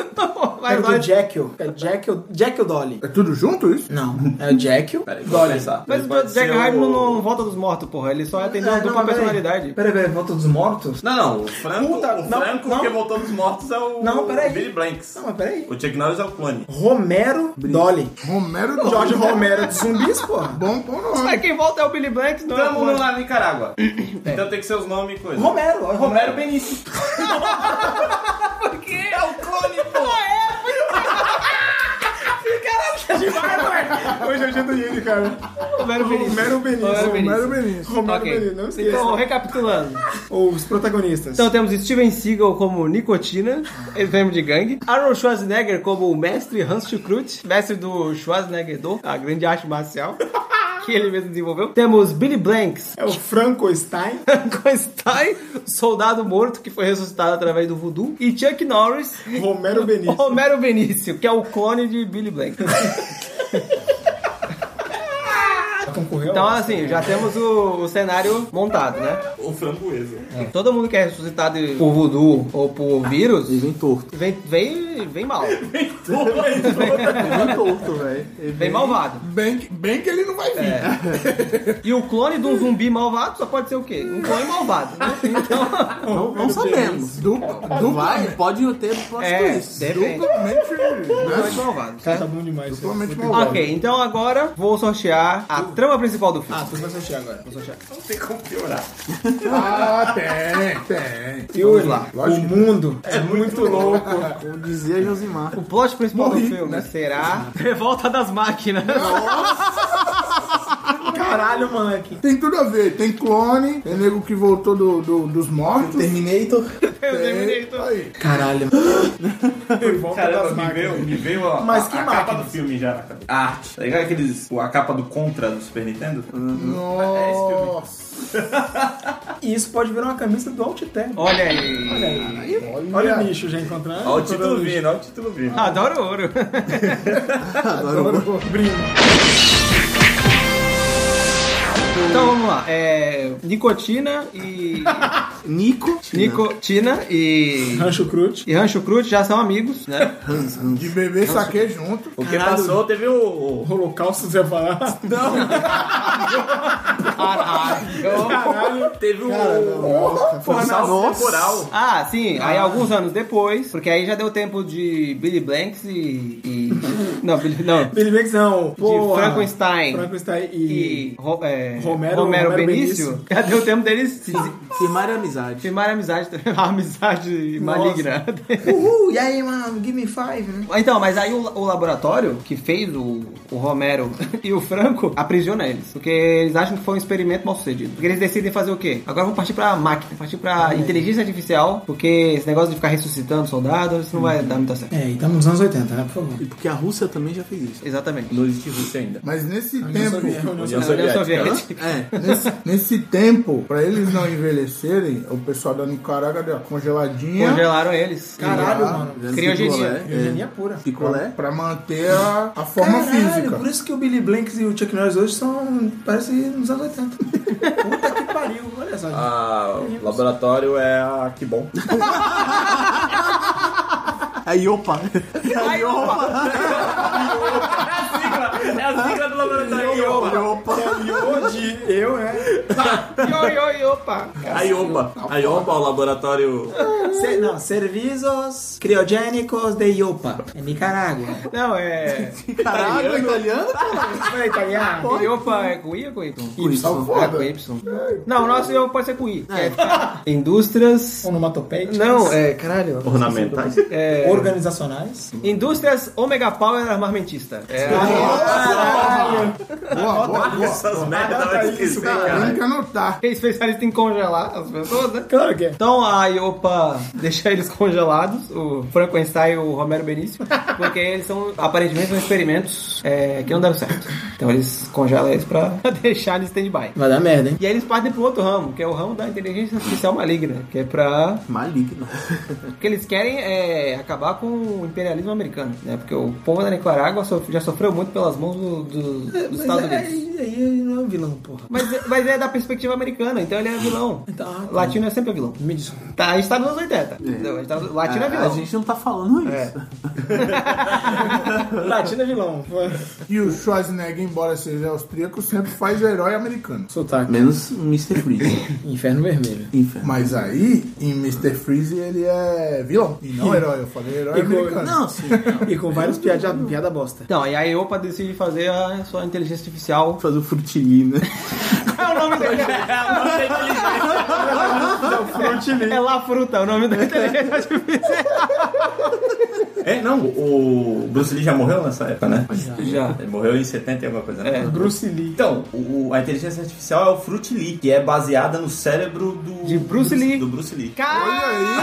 S1: Vai,
S2: Era
S1: vai.
S2: do Jekyll. É Jekyll. Jekyll Dolly.
S5: É tudo junto isso?
S2: Não, é o Jekyll.
S4: Peraí, vou
S2: Dolly.
S4: pensar.
S1: Mas
S4: Pode
S1: o
S4: ser
S1: Jack Hyde não, não volta dos mortos, porra. Ele só atendeu
S2: É,
S1: a dupla personalidade.
S2: Ah, Peraí, peraí, volta dos mortos?
S4: Não, não. O Franco,
S2: Puta,
S4: o
S2: não,
S4: Franco
S2: não.
S4: que voltou dos mortos é o.
S2: Não, peraí.
S4: o Billy Blanks.
S2: Não, mas peraí.
S4: O Chuck Norris é o clone.
S2: Romero Dolly.
S5: Romero Dolly.
S2: Jorge Romero dos zumbis, porra.
S5: Bom, bom nome.
S1: Mas quem volta é o Billy Blanks,
S2: Então
S1: não é o
S4: Tamo
S1: Juan.
S4: lá na Nicarágua. Então tem que ser os nomes e coisa.
S2: Romero, ó, Romero.
S4: Romero Benício.
S1: É o clone, pô!
S2: Hoje é o dia do Yuri, cara.
S1: Romero Benício.
S2: Romero Benício.
S1: Romero Benício.
S2: Romero Benício. Romero
S1: Ok.
S2: Benício, não esqueça.
S1: Então, recapitulando.
S2: Os protagonistas.
S1: Então temos Steven Seagal como Nicotina, exemplo de gangue. Aaron Schwarzenegger como o mestre Hans Schukrut, mestre do Schwarzenegger, a grande arte marcial. Que ele mesmo desenvolveu. Temos Billy Blanks,
S2: É o Franco Stein.
S1: Frankenstein, soldado morto que foi ressuscitado através do voodoo. E Chuck Norris,
S2: Romero Benício.
S1: Romero Benício, que é o clone de Billy Blanks.
S2: Com concorrer
S1: Então,
S2: ao
S1: assim, já temos o, o cenário montado, né?
S7: Ou framboesa.
S1: Todo mundo que é ressuscitado por voodoo ou por vírus,
S3: Ele vem torto.
S1: vem, vem, vem mal.
S3: Ele vem torto, velho. Ele
S1: Vem malvado.
S5: Bem, que- bem que ele não vai vir.
S1: E o clone de um zumbi malvado só pode ser o quê? Um clone malvado. né? Então,
S3: Não, não sabemos.
S5: Du-
S3: É, Vai, pode ter plot
S1: é,
S3: twist.
S1: depende.
S5: duplamente,
S1: Um
S5: né?
S1: clone malvado,
S2: Tá
S1: certo?
S2: bom demais. isso.
S5: Duplamente
S2: Vou ter-
S5: malvado.
S1: Ok, então agora vou sortear a trama principal do filme.
S5: tá.
S2: Ah, tu vai sortear agora. Vou sortear.
S7: Não tem como piorar.
S5: Ah, tem, tem.
S2: Yuri, o mundo é muito louco.
S3: Como dizia Josimar.
S1: O plot principal do filme
S5: né?
S1: será Revolta das Máquinas.
S2: Caralho, moleque.
S5: Tem tudo a ver. Tem clone, tem nego que voltou do, do- dos mortos.
S3: Terminator.
S1: Eu
S5: tem-
S1: terminei, então.
S5: Aí.
S3: Caralho.
S2: Revolta
S7: Caramba,
S2: das
S7: me
S2: máquinas.
S7: veio, me veio a,
S2: Mas
S7: a-
S2: que
S7: a capa
S2: máquina?
S7: do filme já na cabeça. A arte. Tá ligado aqueles, a capa do Contra do Super Nintendo?
S5: Nossa.
S2: E isso pode virar uma camisa do Altitec.
S1: Olha aí.
S2: Olha o nicho já encontrando.
S7: Olha o título vindo, olha o título vindo.
S1: Adoro ouro. Então vamos lá. É, nicotina e.
S3: Nico.
S1: nicotina e.
S2: Rancho Crute.
S1: E Rancho Cruz já são amigos, né?
S5: De beber saque junto.
S7: O que passou teve o. o-
S2: Holocausto, você vai falar.
S1: Caralho.
S7: Teve o.
S3: Porra, nossa.
S7: temporal.
S1: Ah, sim. Aí alguns anos depois, porque aí já deu tempo de Billy Blanks e. e- não, Billy, não.
S2: Billy Banks não.
S1: De
S2: Porra.
S1: Frankenstein.
S2: Frankenstein
S1: E Ro- é,
S2: Romero-
S1: Romero,
S2: Romero
S1: Benício,
S2: Benício.
S1: já deu tempo deles se
S3: Firmar a amizade.
S1: firmar a amizade, a amizade maligna.
S3: Uhul, e aí, mano? Give me five, né?
S1: Então, mas aí o, o laboratório que fez o, o Romero e o Franco aprisiona eles. Porque eles acham que foi um experimento mal sucedido. Porque eles decidem fazer o quê? Agora vamos partir pra máquina, partir pra inteligência artificial. Porque esse negócio de ficar ressuscitando soldados, isso não vai dar muito certo.
S2: É, e estamos nos anos 80, né? Por favor.
S3: E porque a Rússia também já fez isso.
S1: Exatamente.
S7: Não existe Rússia ainda.
S5: Mas nesse tempo.
S7: União
S1: Na União
S7: Soviética.
S1: Soviética.
S3: É.
S5: Nesse, nesse tempo, pra eles não envelhecerem, o pessoal da Nicarágua deu uma congeladinha
S1: Congelaram eles.
S2: Caralho, mano.
S1: Criogenia.
S2: Eugenia pura.
S3: É, Picolé.
S5: pra manter a, a forma
S2: Caralho,
S5: física.
S2: por isso que o Billy Blanks e o Chuck Norris hoje são. parece nos anos 80. Puta que pariu, olha só. gente.
S7: Ah, o laboratório é a. Que bom.
S3: Aí, opa.
S1: Ai, opa.
S7: É a sigla do laboratório.
S2: Que é o de eu, né?
S1: Oi, oi, opa.
S7: A IOPA. A IOPA é o laboratório.
S2: Se- não, Serviços Criogênicos de Iopa. É Nicarágua.
S1: Não, é...
S3: Caralho, italiano?
S2: Não é italiano?
S1: E opa é com I ou com Y?
S3: Y.
S1: É com Y. Não, o nosso eu pode ser com I. que é ficar- Indústrias...
S2: Onomatopeia?
S1: Não, é, caralho.
S7: Ornamentais.
S1: É,
S2: Organizacionais?
S1: indústrias Omega Power Armamentista. É,
S5: Boa, boa, boa.
S7: Essas merdas vai esquecer, cara.
S5: Tem que anotar.
S1: é especialista em congelar as pessoas, né?
S2: Claro que é.
S1: Então a Iopa deixa eles congelados, o Frankenstein e o Romero Benício, porque eles são, aparentemente, são experimentos é, que não deram certo. Então eles congelam eles pra deixar em stand-by.
S2: Vai dar merda, hein?
S1: E aí eles partem pro outro ramo, que é o ramo da inteligência artificial maligna, que é pra
S3: Maligno.
S1: O que eles querem é acabar com o imperialismo americano, né? Porque o povo da Nicarágua sof- já sofreu muito pelas mãos do- do-
S2: É,
S1: dos Estados Unidos.
S2: Aí, aí não é um vilão, porra.
S1: Mas, é- mas é da perspectiva americana, então ele é vilão.
S2: Então, tá.
S1: Latino é sempre vilão.
S2: Me desculpa.
S1: Tá, a gente tá nos anos 80. entendeu? A gente tá- Latino é
S3: a, a
S1: vilão.
S3: gente não tá falando isso.
S2: Latino é vilão.
S5: E o Schwarzenegger, embora seja austríaco, sempre faz herói americano.
S2: Sotaque.
S3: Menos o Mr. Freeze.
S2: Inferno Vermelho.
S3: Inferno.
S5: Mas aí, em Mr. Freeze, ele é vilão. E não herói, eu falei herói
S2: E com-
S5: americano.
S3: Não, sim.
S2: E com vários piada, piada bosta.
S1: Então, e aí a Opa decide fazer a sua inteligência artificial.
S3: Fazer o frutilino.
S1: É o nome dele. É La Fruta, o nome da inteligência artificial.
S7: É, não, o Bruce Lee já morreu nessa época, né?
S1: Já.
S7: Ele morreu em 70 e alguma coisa, né?
S1: É.
S2: Bruce Lee.
S7: Então, o- a inteligência artificial é o Fruit Lee, que é baseada no cérebro do...
S1: De Bruce Lee.
S7: Do Bruce Lee.
S1: Caralho,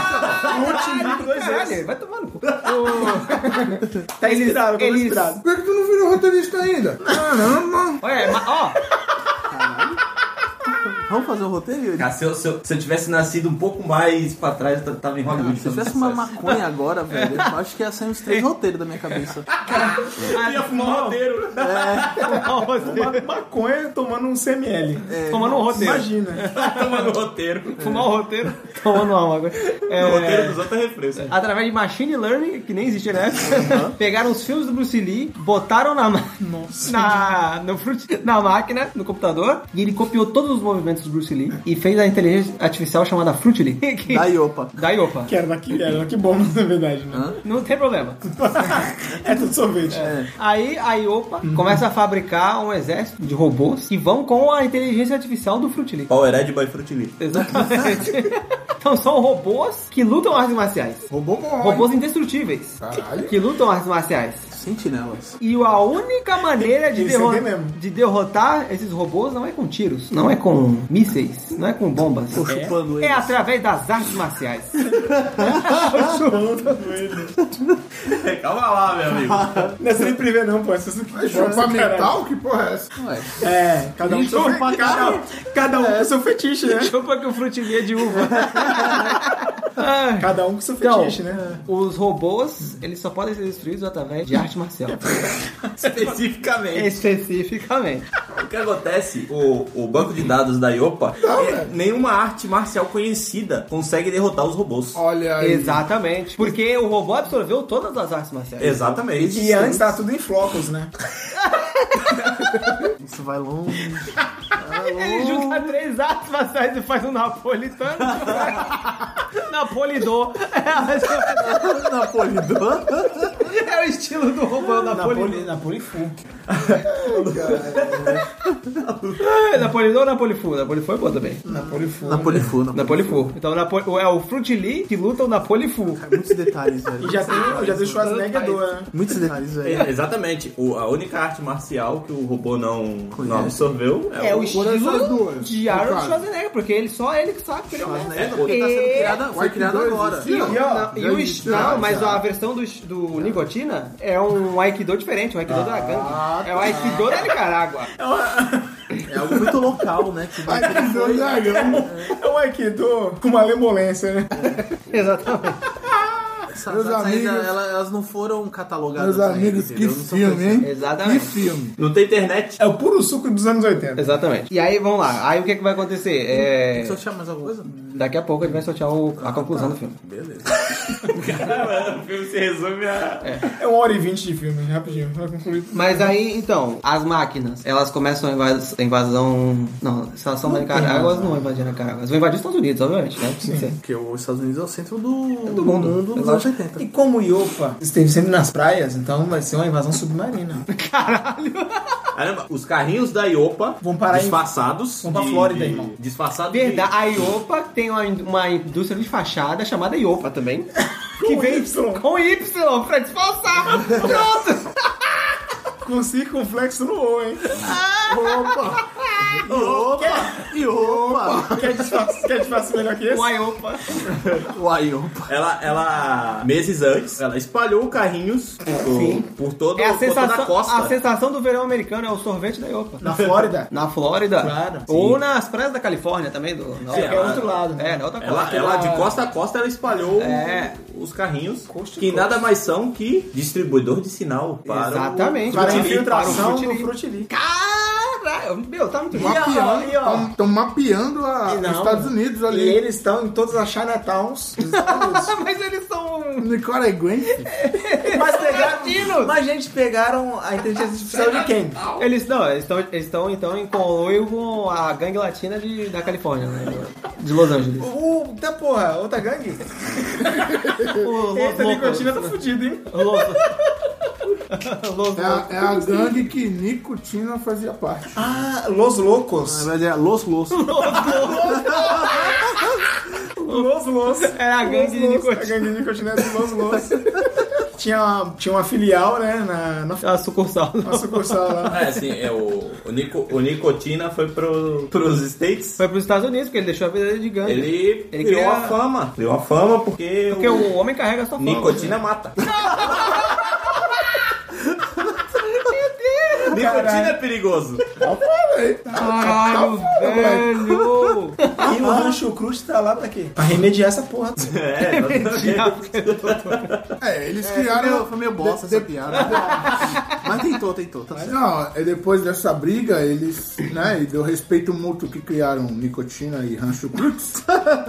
S1: vai tomar no cu. Tá
S2: inspirado, ficou
S1: eles,
S2: inspirado.
S5: Por que tu
S1: é,
S5: não virou roteirista ainda? Caramba!
S1: Olha, ma- ó.
S3: Vamos fazer o roteiro, Yuri?
S7: Cara, se eu, se eu- se eu tivesse nascido um pouco mais pra trás, eu t- tava em Hollywood.
S3: Ah, Se eu
S7: fazendo
S3: tivesse uma
S7: sucesso.
S3: maconha agora, velho, eu acho que ia sair uns três roteiros da minha cabeça.
S7: Ia fumar um roteiro.
S2: Uma maconha tomando um CML.
S1: Tomando um roteiro.
S2: Imagina.
S7: Toma no roteiro.
S1: Fumar o roteiro. Tomando uma água.
S7: O
S1: É,
S7: É. roteiro dos outros é refresco.
S1: através de machine learning, que nem existia na época, pegaram os filmes do Bruce Lee, botaram na, ma- na, no frut- na máquina, no computador, e ele copiou todos os movimentos do Bruce Lee e fez a inteligência artificial chamada Fruit Lee. que-
S3: Da Iopa.
S1: da Iopa.
S2: Que era daqui, era daqui bom, na verdade, né?
S1: Não tem problema.
S2: É tudo sorvete.
S1: Aí a Iopa começa a fabricar um exército de robôs que vão com a inteligência artificial do Fruit Lee.
S7: Power Ed by é Fruit Lee.
S1: Exatamente. então são robôs que lutam artes marciais.
S5: Roubou bom.
S1: Robôs indestrutíveis.
S5: Caralho.
S1: Que lutam artes marciais.
S3: Sentinelas.
S1: E a única maneira de,
S2: Isso,
S1: derro-
S2: é mesmo.
S1: de derrotar esses robôs não é com tiros, não é com mísseis, não é com bombas.
S3: Tô chupando
S1: É
S3: ele.
S1: através das artes marciais.
S7: Calma lá, meu amigo.
S2: Não é sem privê, não, pô. Essas aqui
S5: Mas
S2: que bosta,
S5: Chupar
S2: caralho.
S5: metal? Que porra é essa?
S2: É, cada um chupa, cada, cada um com seu fetiche, né?
S1: Chupa que o frutilia de uva. Ah,
S2: Cada um com seu
S1: Então,
S2: fetiche, né?
S1: os robôs, eles só podem ser destruídos através de arte marcial.
S7: Especificamente.
S1: Especificamente.
S7: O que acontece? O, o banco de dados da IOPA, é, nenhuma arte marcial conhecida consegue derrotar os robôs.
S5: Olha aí.
S1: Exatamente. Porque o robô absorveu todas as artes marciais.
S7: Exatamente.
S2: E antes tava tudo em flocos, né?
S3: Isso vai longe.
S1: Ele junta três artes marciais e faz um napolitano. É, Napolidor.
S3: Napolidor.
S1: É o estilo do robô Napoli.
S2: Napolifu.
S1: É, Napolidor ou Napolifu? Napolifu é bom também.
S2: Napolifu.
S3: Napolifu, Napolifu.
S1: Napolifu. Então Napo- é o Frutili que luta o Napolifu.
S3: Muitos detalhes, velho.
S2: E já tem, já tem o Schwarzenegger do, né?
S3: Muitos detalhes, velho.
S7: É, exatamente. O- a única arte marcial que o robô não, não absorveu é,
S1: É o
S5: essas
S1: estilo
S5: duas,
S1: de
S5: no
S1: Arnold
S5: caso.
S1: Schwarzenegger, porque ele só ele que sabe que ele é o mestre.
S3: É, porque tá sendo criada, foi
S5: White
S3: criada
S5: dois,
S3: agora.
S5: sim, ó.
S1: Não, e o es- não, mas a versão do, do Nicotina é um Aikido diferente, um Aikido da gangue. É o Aikido da Nicarágua.
S3: É algo muito local, né? Que vai-
S5: Ai, que doido, dragão.
S2: É um Aikido com uma lemolência, né?
S1: Exatamente.
S3: essa-
S5: Meus
S3: essa- ainda-
S5: amigos-
S3: ela- elas não foram catalogadas.
S5: Meus
S3: ainda,
S5: amigos, que
S3: entendeu? Não são
S5: filme, hein? Que
S1: Exatamente.
S5: filme.
S7: Não tem internet.
S2: É o puro suco dos anos 80.
S1: Exatamente. E aí, vamos lá. Aí o que, que vai acontecer? É,
S3: Deixa eu achar mais alguma coisa?
S1: Daqui a pouco ele vai sortear o- a conclusão do filme.
S3: Beleza.
S7: né, O filme se resume a.
S2: É uma hora e vinte de filme, rapidinho. Vai concluir.
S1: Mas aí, então, as máquinas, elas começam a invas- a invasão. Não, se elas são da Nicarágua, elas não vão invadir a Nicarágua. Elas vão invadir os Estados Unidos, obviamente, né? Tem que ser.
S3: Porque os Estados Unidos é o centro do,
S1: do mundo,
S3: dos
S1: eu
S3: anos
S1: acho.
S3: 80.
S2: E como o Iopa esteve sempre nas praias, então vai ser uma invasão submarina.
S7: Caramba, os carrinhos da IOPA
S2: Vão parar em-
S7: disfarçados.
S2: Vão pra
S7: de-
S2: Flórida,
S7: de-
S2: irmão.
S7: Disfarçados. de-
S1: Verdade, a Iopa tem uma, in- uma indústria de fachada chamada Iopa também. Que
S2: Com
S1: vem
S2: Y.
S1: com Y pra disfarçar. Pronto!
S2: Com circunflexo no O, hein?
S3: E opa!
S2: Quer disfarce, quer disfarce melhor que esse?
S1: O Iopa.
S3: Uai, opa!
S7: Ela, ela, meses antes, ela espalhou carrinhos por, por, todo,
S1: É a
S7: por toda a
S1: sensação,
S7: costa.
S1: a sensação do verão americano é o sorvete da Iopa.
S2: Na Flórida?
S1: Na Flórida.
S2: Claro.
S1: Ou nas praias da Califórnia também. Do,
S7: Sim,
S1: é
S7: é outro
S2: lado, né?
S1: É, na outra
S7: Ela,
S1: costa.
S7: ela, de costa a costa, ela espalhou
S1: É.
S7: os carrinhos, que nada mais são que distribuidor de sinal para
S1: Exatamente.
S7: o
S2: Para a
S1: Frutili, para
S2: infiltração
S1: o Frutili.
S2: do Frutili.
S1: Caralho, meu, tá muito bom.
S5: Mapeando. Estão mapeando a-
S2: E não,
S5: os Estados Unidos
S2: E
S5: ali.
S2: eles estão em todas as Chinatowns dos Estados Unidos.
S1: Mas eles
S3: é
S1: são. um
S5: Nicaragüense.
S2: Mas pegaram.
S1: Latinos.
S2: Mas, gente, pegaram a inteligência artificial de quem?
S1: Eles não, eles estão eles tão, então em conluio com a gangue latina de, da Califórnia, né? De Los Angeles.
S2: O. Da porra, outra gangue?
S1: O Los
S2: Eita,
S1: Locos.
S2: nicotina tá fudido, hein?
S1: Los- Los
S5: É a, é a gangue que Nicotina fazia parte.
S2: Ah, Los Locos.
S3: Na verdade é Los Los.
S2: Los Los.
S1: Era É a gangue de
S2: Los Los,
S1: nicotina.
S2: A gangue de nicotina era do Los Los. tinha, uma, tinha uma filial, né? Na, na,
S1: A sucursal.
S2: na sucursal lá.
S7: É, assim, é o, o, Nico, o Nicotina foi pro, pros States.
S1: Foi pros Estados Unidos, porque ele deixou a vida dele de gangue.
S7: Ele,
S1: Ele
S7: criou
S1: cria-
S7: a fama. Criou a fama porque,
S1: Porque
S7: o
S1: o homem carrega sua fama.
S7: Nicotina mata. Nicotina é perigoso.
S5: Eu falei.
S1: Caralho, velho!
S2: E o Rancho Cruz tá lá pra quê? Pra remediar essa porra.
S7: É, exatamente.
S5: É, eles
S3: Foi meio-
S5: criaram.
S3: foi meio bosta essa piada. Mas tentou, tentou. Tá certo.
S5: Não, é depois dessa briga, eles, né, e do respeito mútuo que criaram Nicotina e Rancho Cruz,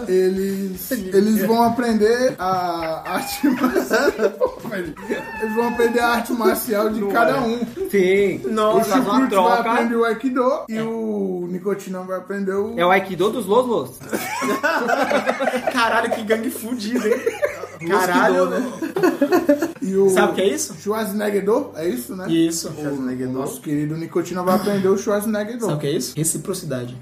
S5: eles, eles vão aprender a arte marcial. Eles vão aprender a arte marcial de cada um.
S1: Sim.
S5: O
S1: Nossa,
S5: Chucrute
S1: é. uma
S5: vai aprender
S1: troca.
S5: o Aikido e o Nicotina vai aprender o.
S1: É o Aikido dos Los Los.
S2: Caralho, que gangue fudido, hein? Caralho, né?
S5: E o
S2: Sabe o que é isso?
S5: Schwarzenegger, é isso, né?
S2: Isso.
S5: O nosso querido Nicotina vai aprender o Schwarzenegger.
S2: Sabe o que é isso? Reciprocidade.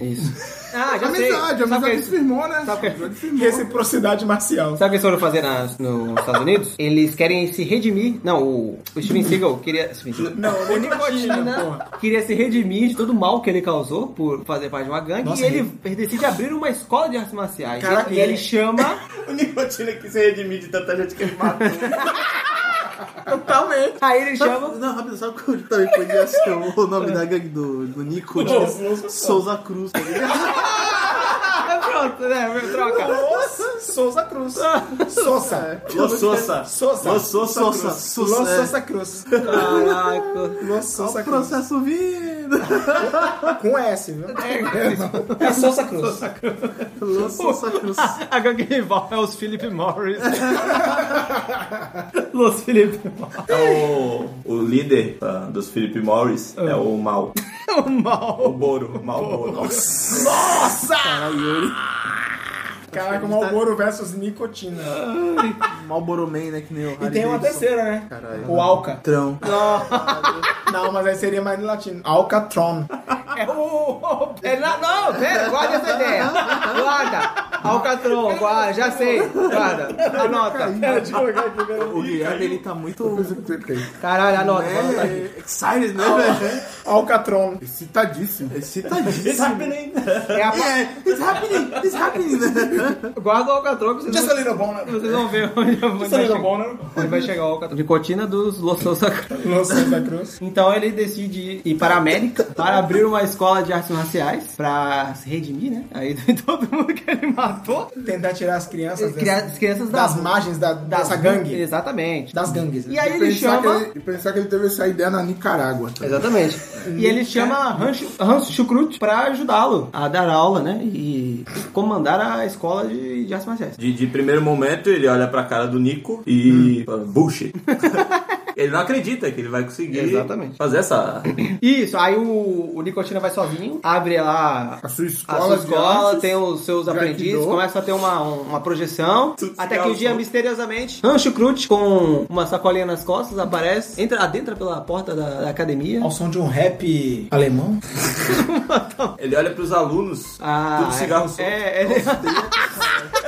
S1: Ah, já sei.
S5: Amizade, a
S1: Sabe o que
S5: amizade
S1: eles-
S5: firmou, né?
S1: Sabe o que- é
S5: Amizade firmou.
S2: Reciprocidade marcial.
S1: Sabe o que eles foram fazer na- nos Estados Unidos? Eles querem se redimir. Não, o, o Steven Seagal queria. Steven Seagal.
S2: Não, o Nicotina, porra.
S1: Queria se redimir de todo o mal que ele causou por fazer parte de uma gangue.
S2: Nossa,
S1: e ele decide abrir uma escola de artes marciais.
S2: Caraca,
S1: e ele
S2: ele-
S1: chama.
S7: o Nicotina que se redimir de tanta gente que ele matou.
S3: Totalmente.
S1: Aí ele chama.
S3: Não, rápido, sabe que eu também podia ser o o nome da gangue do, do Nico? Souza Cruz. tá ligado?
S1: Ah, pronto, né? Troca.
S2: Nossa, Souza Cruz. Souza.
S7: Los Sosa.
S2: Souza.
S7: Los Sosa
S3: Souza.
S7: Cruz.
S3: Souza.
S2: Los
S3: Souza.
S2: É. Souza Cruz.
S1: Caraca.
S2: Los Souza
S3: O
S2: Cruz.
S3: processo vindo.
S2: Com S, viu? É Souza Cruz.
S3: Los Souza Cruz.
S1: A gangue rival é os Philip Morris. Los Philip Morris.
S7: É o, o líder ah, dos Philip Morris é o Mal.
S1: O mal.
S7: O Boro. Mal Boro. Nossa.
S2: Caraca, Malboro versus Nicotina.
S3: Malboro Man, né? Que nem o
S2: E
S3: Harry
S2: tem uma
S3: Davidson.
S2: terceira, né?
S3: Caralho.
S2: O Alca.
S3: Trão.
S2: Não, mas aí seria mais no latino. Alcatron.
S1: É o. É na- não, pera, guarda essa ideia. Guarda. Alcatron, guarda, já sei. Guarda, anota.
S3: O Guilherme, ele tá muito...
S5: é
S1: Caralho, anota. anota aqui.
S3: É, excited, né, velho?
S2: Alcatron.
S5: Excitadíssimo.
S1: Tá
S3: Excitadíssimo.
S1: É a pa-
S3: É, it's happening, it's happening, né?
S1: Guarda o Alcatron que vocês,
S2: Just a
S1: vão...
S2: little boner.
S1: vocês vão ver onde vai,
S2: Just a little
S1: chegar.
S2: boner.
S1: onde vai chegar o Alcatron. Nicotina dos Los Sacros.
S2: Los Souza Cruz.
S1: Então ele decide ir para a América para abrir uma escola de artes marciais para se redimir, né? Aí de todo mundo que ele matou.
S2: Tentar tirar as crianças
S1: Criar
S2: dessa-
S1: as crianças da-
S2: das margens da, dessa gangue.
S1: Exatamente.
S2: Das gangues.
S1: E aí ele
S5: Pensar que
S1: chama.
S5: ele- E pensar que ele teve essa ideia na Nicarágua. tá?
S1: Exatamente. E ele chama Rancho, Rancho Chucrut pra ajudá-lo a dar aula, né? E comandar a escola de, de artes marciais.
S7: De, de primeiro momento, ele olha pra cara do Nico e. fala, Bullshit. ele não acredita que ele vai conseguir
S1: Exatamente.
S7: fazer essa.
S1: Isso, aí o, o Nicotina vai sozinho, abre lá
S5: A sua
S1: a
S5: escola.
S1: sua
S5: de
S1: escola,
S5: artes,
S1: tem os seus
S5: Aikido.
S1: aprendizes, começa a ter uma, uma projeção.
S7: Tudo
S1: até que um dia,
S7: descalço.
S1: misteriosamente, Rancho Crut, com uma sacolinha nas costas, aparece, entra, adentra pela porta da, da academia.
S2: Ao som de um rap alemão.
S7: Ele olha pros alunos,
S1: Ah,
S7: tudo cigarro
S1: é-
S7: solto.
S1: é, ele,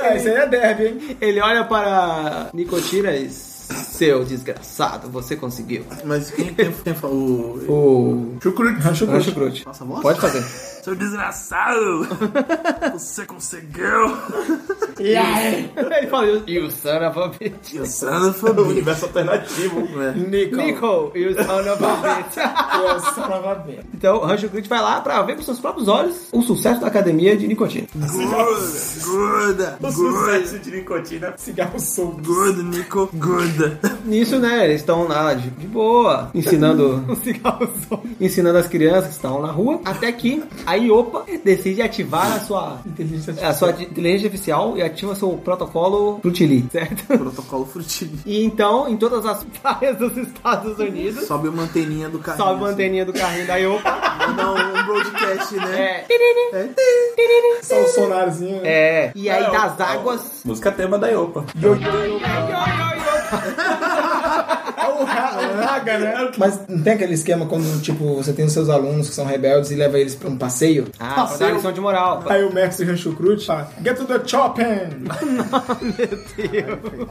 S2: É, isso aí é derby, hein?
S1: ele olha para Nicotina e... Seu desgraçado, você conseguiu.
S3: Mas quem, quem, quem fala... O...
S1: O
S5: Chucrute.
S1: Rancho Crut.
S3: Passa a voz?
S1: Pode fazer.
S8: Seu desgraçado! Você conseguiu!
S1: Ele fala, you
S7: é
S1: son of a bitch.
S3: Eu sou analfabeto.
S7: Universo alternativo.
S3: né?
S2: Nico.
S1: Nico, you son of a bitch.
S2: Eu sou nova B.
S1: então, Rancho Crit vai lá pra ver com seus próprios olhos o sucesso da academia de nicotina.
S3: Gorda,
S7: O sucesso de nicotina.
S2: Cigarro solto.
S3: gorda, Nico, gorda.
S1: Nisso, né, eles estão lá de, de boa, ensinando um cigarro só. ensinando as crianças que estão na rua, até que a Iopa decide ativar a sua a sua inteligência artificial e ativa seu protocolo pro Chile, certo?
S3: Protocolo frutivo.
S1: E então, em todas as praias dos Estados Unidos,
S3: Sobe a manteninha do carrinho.
S1: salve a anteninha do carrinho da Iopa.
S3: assim. Dá um, um broadcast, né?
S1: É,
S2: Só o sonarzinho.
S1: é, e aí das águas
S7: Música tema da Iopa.
S2: É o Raga, né? Mas não tem aquele esquema quando, tipo, você tem os seus alunos que são rebeldes e leva eles pra um passeio?
S1: Ah, pra dar lição de moral.
S2: Aí o Max Rancho Cruz fala, get to the chopping!
S3: Calma, Felipe,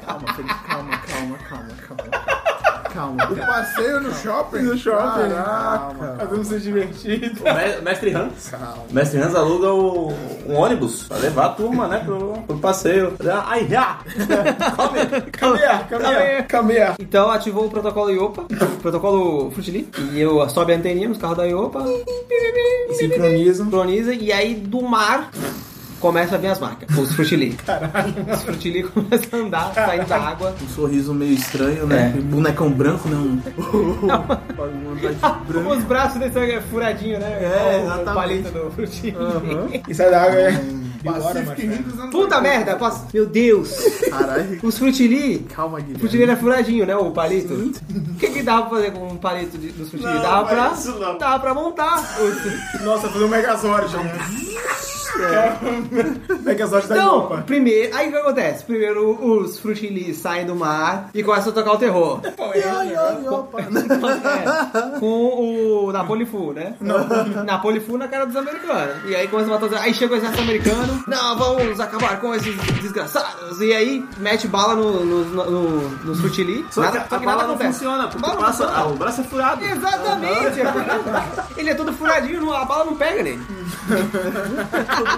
S3: calma, calma, calma, calma. Calma.
S5: O passeio no shopping?
S2: No shopping.
S5: Caraca.
S2: Fazendo ser divertido.
S7: Me- Mestre Hans. Mestre Hans aluga o- um ônibus pra levar a turma, né, pro, pro passeio. Ai, já! Come!
S2: Caminhar, caminhar, caminhar.
S1: Então ativou o protocolo Iopa, o protocolo Frutili, e eu sobe a anteninha nos carros da Iopa,
S9: Sincronizam.
S1: sincroniza, e aí do mar começa a vir as marcas, os Frutili. Os Frutili começam a andar, saindo da água.
S3: Um sorriso meio estranho, né?
S1: É.
S3: Bonecão branco, né? Um...
S1: Os braços desse é furadinho, né? Igual
S3: É, exatamente.
S1: O palito do Frutili.
S9: E sai da
S2: né?
S9: água, é.
S5: Pacific Rim dos anos
S1: Puta merda, posso... meu Deus,
S3: Caralho.
S1: os Frutili...
S3: Calma,
S1: O
S3: Guilherme.
S1: Frutili era furadinho, né? O palito. O que, que dava pra fazer com um palito de, dos Frutili? Dava pra, dava pra montar. os-
S2: Nossa, fazer um Megazord. É. Megazord da
S1: Então,
S2: Europa.
S1: primeiro, aí o que acontece? Primeiro os frutilis saem do mar e começam a tocar o terror. É, com o Napoli Fu, né? Napoli Fu na cara dos americanos. E aí começa a matar. os- Aí chega o exército americano. Não, vamos acabar com esses desgraçados. E aí mete bala no, no, no- nos frutili.
S4: Só que
S1: Nada-
S4: a, a bala não funciona, porque
S1: Bala não
S4: passa-
S1: funciona.
S4: ah, o braço é furado.
S1: Exatamente! é porque ele é todo furadinho, não- a bala não pega nele.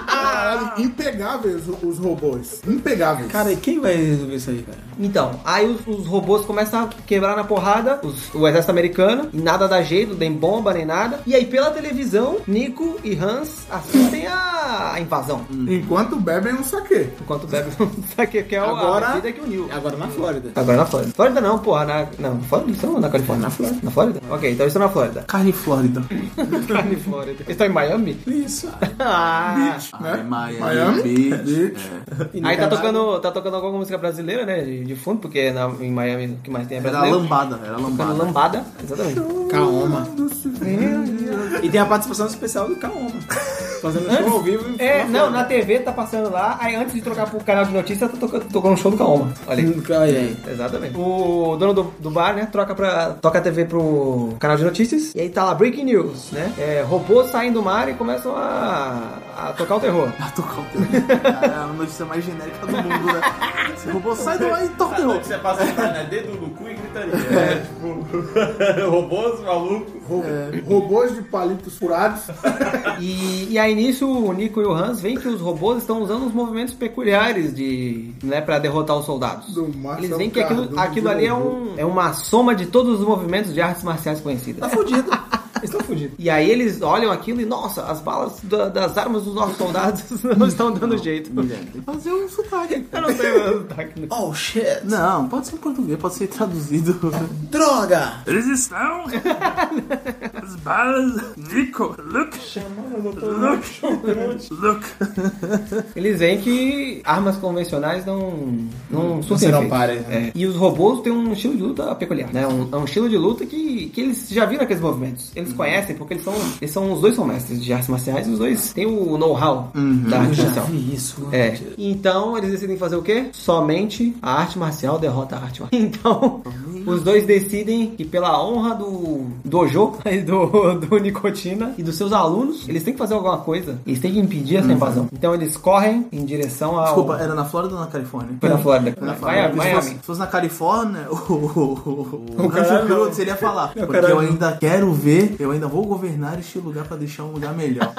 S5: Caralho, impegáveis o- os robôs. Impegáveis.
S9: Cara, e quem vai resolver isso aí, cara?
S1: Então, aí os, os robôs começam a quebrar na porrada os- o exército americano, e nada dá jeito, nem bomba, nem nada. E aí, pela televisão, Nico e Hans assistem a, a invasão.
S9: Hum.
S5: Enquanto bebem um saquê.
S1: Enquanto bebe um saque, que é o-
S9: Agora-
S1: a bebida que uniu.
S9: Agora na Flórida.
S1: Agora na Flórida. Flórida não, porra. Na, não, Flórida estão na Califórnia. Na Flórida. Na Flórida? Ok, então eles estão na Flórida.
S3: Carne Flórida.
S1: Califórnia. Eles estão em Miami?
S9: Isso.
S1: Ah,
S3: Ai, Né? Miami, É,
S5: Miami?
S3: Beach.
S1: aí tá tocando, tá tocando alguma música brasileira, né? De, de fundo, porque na- em Miami o que mais tem é
S3: Era
S1: brasileiro.
S3: lambada, era
S1: Tocando
S3: lambada.
S1: lambada. Exatamente.
S9: é Kaoma. E tem a participação especial do Kaoma. Fazendo show ao vivo. e-
S1: É, não, na TV tá passando lá, aí antes de trocar pro canal de notícias, tá tocando, tocando um show do Kaoma. Olha aí.
S9: Olha aí.
S1: Exatamente. O dono do, do bar, né, troca, pra, toca a TV pro canal de notícias, e aí tá lá, breaking news, né? É, robôs saem do mar e começam a, a tocar o terror.
S3: Ah, tô calmo. Cara, É a notícia mais genérica do mundo, né? Esse robô sai do ar e toca o robô.
S7: Você passa né? dedo no cu e gritaria. É, tipo, robôs, malucos.
S5: Ro- Robôs de palitos furados.
S1: E, e aí nisso o Nico e o Hans veem que os robôs estão usando uns movimentos peculiares de, né, para derrotar os soldados.
S5: Do é Marcelo
S1: Eles veem que aquilo,
S5: Cardoso
S1: aquilo
S5: de
S1: ali é,
S5: robô.
S1: um, é uma soma de todos os movimentos de artes marciais conhecidas.
S5: Tá
S9: Fudido. Eles estão fudidos.
S1: E aí eles olham aquilo e, nossa, as balas da- das armas dos nossos soldados não estão dando jeito.
S3: Tem que fazer um sotaque.
S1: Eu não sei o sotaque. né?
S9: Oh, shit.
S3: Não, pode ser em português, pode ser traduzido.
S9: Droga.
S4: Eles estão. As balas. Nico, look. Look. Look.
S1: Eles veem que armas convencionais não não surtem
S9: serão
S1: efeito.
S9: pares, né?
S1: É. E os robôs têm um estilo de luta peculiar, né? Um, é um estilo de luta que, que eles já viram aqueles movimentos. Eles conhecem porque eles são, eles são os dois são mestres de artes marciais, os dois têm o know-how da arte marcial.
S9: isso.
S1: É. Então eles decidem fazer o quê? Somente a arte marcial derrota a arte marcial. Então, os dois decidem que pela honra do Dojo e do, do Nicotina e dos seus alunos, eles têm que fazer alguma coisa. Eles têm que impedir essa invasão. Então eles correm em direção ao.
S3: Desculpa, era na Flórida ou na Califórnia?
S1: Foi na Flórida.
S3: Foi na
S1: Miami.
S3: Flórida. Se fosse-
S1: Miami.
S3: Se fosse na Califórnia, o, o, o, o
S9: caralho,
S3: Rancho Cruz iria falar. Porque
S9: caralho.
S3: eu ainda quero ver, eu ainda vou governar este lugar pra deixar um lugar melhor.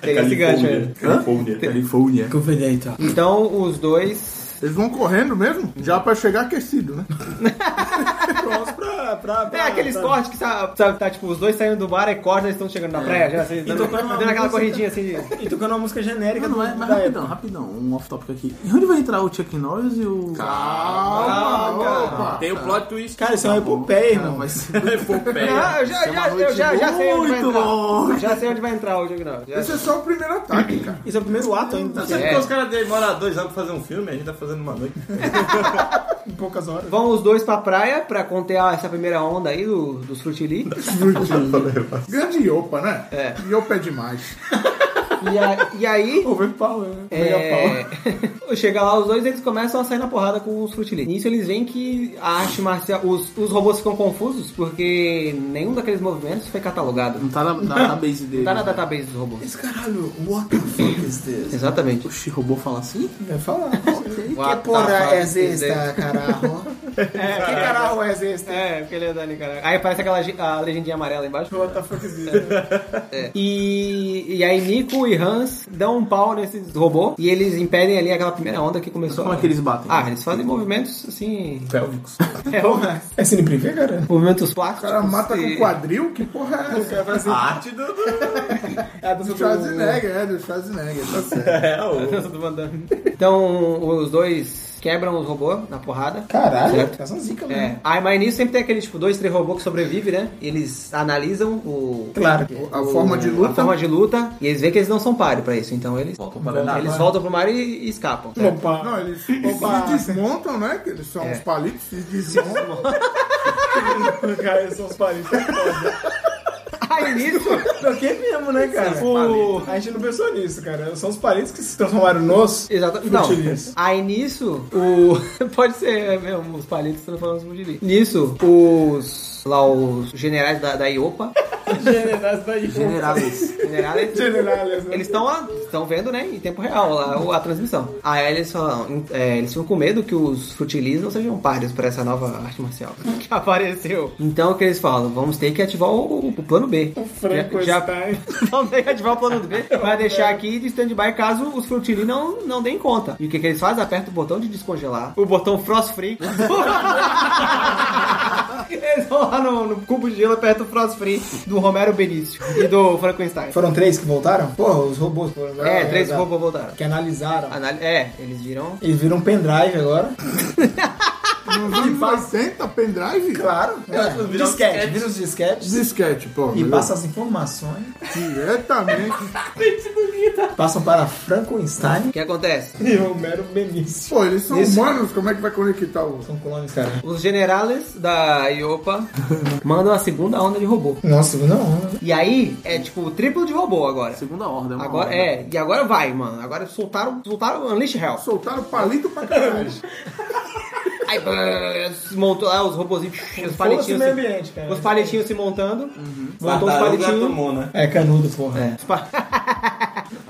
S1: Teria esse gancho aí.
S7: Califórnia.
S3: Califórnia.
S9: Governator.
S1: Então os dois.
S5: Eles vão correndo mesmo? Já pra chegar aquecido, né?
S9: Pronto
S2: Tá
S9: pra... pra, pra
S1: É aqueles cortes que tá, sabe, tá tipo, os dois saindo do bar e corta, eles estão chegando na praia, já assim, dando,
S9: tocando uma
S1: dando
S9: música.
S1: aquela corridinha assim.
S9: E tocando uma música genérica
S3: Não, não é,
S9: do-
S3: mas
S9: da
S3: rapidão, rapidão, um off-topic aqui. E onde vai entrar o Chuck Norris e o.
S5: Calma, opa.
S4: Tem o plot twist.
S9: Cara,
S2: um
S9: isso é uma epopeia,
S3: Não,
S9: irmão.
S3: vai ser
S4: Epopeia.
S1: Ah, eu
S9: é
S1: já, já, eu já, já sei onde vai
S3: muito
S1: entrar.
S3: bom.
S1: Já sei onde vai entrar o jogo, não. Já É.
S5: Esse é só o primeiro ataque, cara.
S9: Isso é o primeiro ato ainda.
S7: Sabe que os caras demoram dois anos pra fazer um filme? A gente tá fazendo uma noite.
S9: Em poucas horas.
S1: Vão os dois pra praia pra conter a- essa primeira onda aí do, dos frutili.
S5: Grande Iopa, né?
S1: É.
S5: Iopa é demais.
S1: E, a- e aí.
S9: pau, né?
S1: É... Chega lá os dois eles começam a sair na porrada com os frutili. Nisso eles veem que a arte marcial. Os, os robôs ficam confusos porque nenhum daqueles movimentos foi catalogado.
S3: Não tá na, na, na base dele.
S1: Não tá na database dos robôs.
S9: Esse caralho, what the fuck is this?
S1: Exatamente.
S3: Oxi, robô fala assim?
S9: Vai falar.
S1: What the
S9: porra
S1: fuck
S9: é
S1: is this?
S9: esta, caralho?
S1: É,
S2: Que caralho resiste?
S1: É, porque ele é da Nicarágua. Aí aparece aquela ge- a legendinha amarela embaixo.
S2: What the fuck is this?
S1: É. E, e aí Nico e Hans dão um pau nesses robôs e eles impedem ali aquela primeira onda que começou.
S3: Como é que eles batem?
S1: Ah, eles fazem movimentos assim.
S3: Pélvicos.
S1: É, o-
S9: É cine privê, cara?
S1: movimentos plásticos.
S5: O cara mata
S1: e-
S5: com quadril? Que porra é essa?
S7: A arte do. do-
S9: É, do
S5: Do Schwarzenegger, é, do Schwarzenegger, tá certo.
S7: É, o.
S1: Dança do Van Damme. Então os dois quebram os robôs na porrada.
S9: Caralho,
S1: Certo.
S9: tá zica,
S1: É.
S9: mano.
S1: Aí, mas nisso sempre tem aquele tipo, dois, três robôs que sobrevivem, né? Eles analisam o.
S9: Claro.
S5: A forma de luta.
S1: A forma de luta. E eles veem que eles não são páreo pra isso. Então eles.
S7: Voltam para lá.
S1: Eles voltam pro mar e, e escapam. certo?
S9: Opa.
S5: Não, eles se desmontam, né? Que eles são
S1: É.
S5: uns palitos, se desmontam.
S2: Cara, eu sou ah, os palitos.
S1: Aí nisso.
S2: que mesmo, né, cara?
S9: é
S2: A gente não pensou nisso, cara. São os palitos que se transformaram nos.
S1: Exatamente. Não.
S2: Futilis.
S1: Aí nisso, o. Pode ser mesmo, os palitos estão falando sobre futilis. Nisso, os. Lá, os generais da, da Iopa.
S2: Generais da Ivo.
S1: Generais. Generais.
S2: Generais, né?
S1: Eles estão lá, estão vendo, né, em tempo real lá, o- a transmissão. Aí eles falam, é, eles ficam com medo que os futilis não sejam páreos para essa nova arte marcial que apareceu. Então o que eles falam? Vamos ter que ativar o, o plano B.
S2: Franco
S1: Já- já-
S2: Stein.
S1: Vamos ter que ativar o plano B. Vai deixar aqui de stand-by caso os frutilis não, não deem conta. E o que, que eles fazem? Aperta o botão de descongelar, o botão frost free. Eles vão lá no, no cubo de gelo, aperta o frost free do Romero Benício e do Frankenstein.
S9: Foram três que voltaram? Porra, os robôs
S2: Ah,
S9: foram.
S1: É, três
S9: da-
S1: robôs voltaram.
S9: Que analisaram.
S1: Anal- É, eles viram.
S9: Eles viram um pendrive agora.
S5: Nos anos 80, pendrive?
S9: Claro.
S7: viram os
S9: disquete.
S7: disquetes.
S9: Viram os disquetes.
S5: Disquete, pô.
S9: E
S5: meu.
S9: passa as informações.
S5: Diretamente.
S9: Passam para Frankenstein
S1: O que acontece?
S9: e um Romero Benício.
S5: Pô, eles são
S9: Isso.
S5: humanos, como é que vai conectar o...
S9: São colônias, cara.
S1: Os generales da Iopa mandam a segunda onda de robô.
S9: Nossa, não.
S1: E aí é tipo o triplo de robô agora.
S3: Segunda ordem. uma
S1: Agora
S3: ordem.
S1: é, e agora vai, mano. Agora soltaram, soltaram Unleash Hell.
S5: Soltaram palito pra caralho.
S1: Aí brrr, montou lá os robôzinhos, os
S9: Foda-se o
S1: paletinhos.
S9: meio
S1: Se,
S9: ambiente, cara.
S1: os paletinhos se montando.
S3: Uhum.
S1: Montou os
S7: Tartaruga
S1: paletinhos.
S7: tomou, né?
S9: É canudo, porra.
S1: Os pa-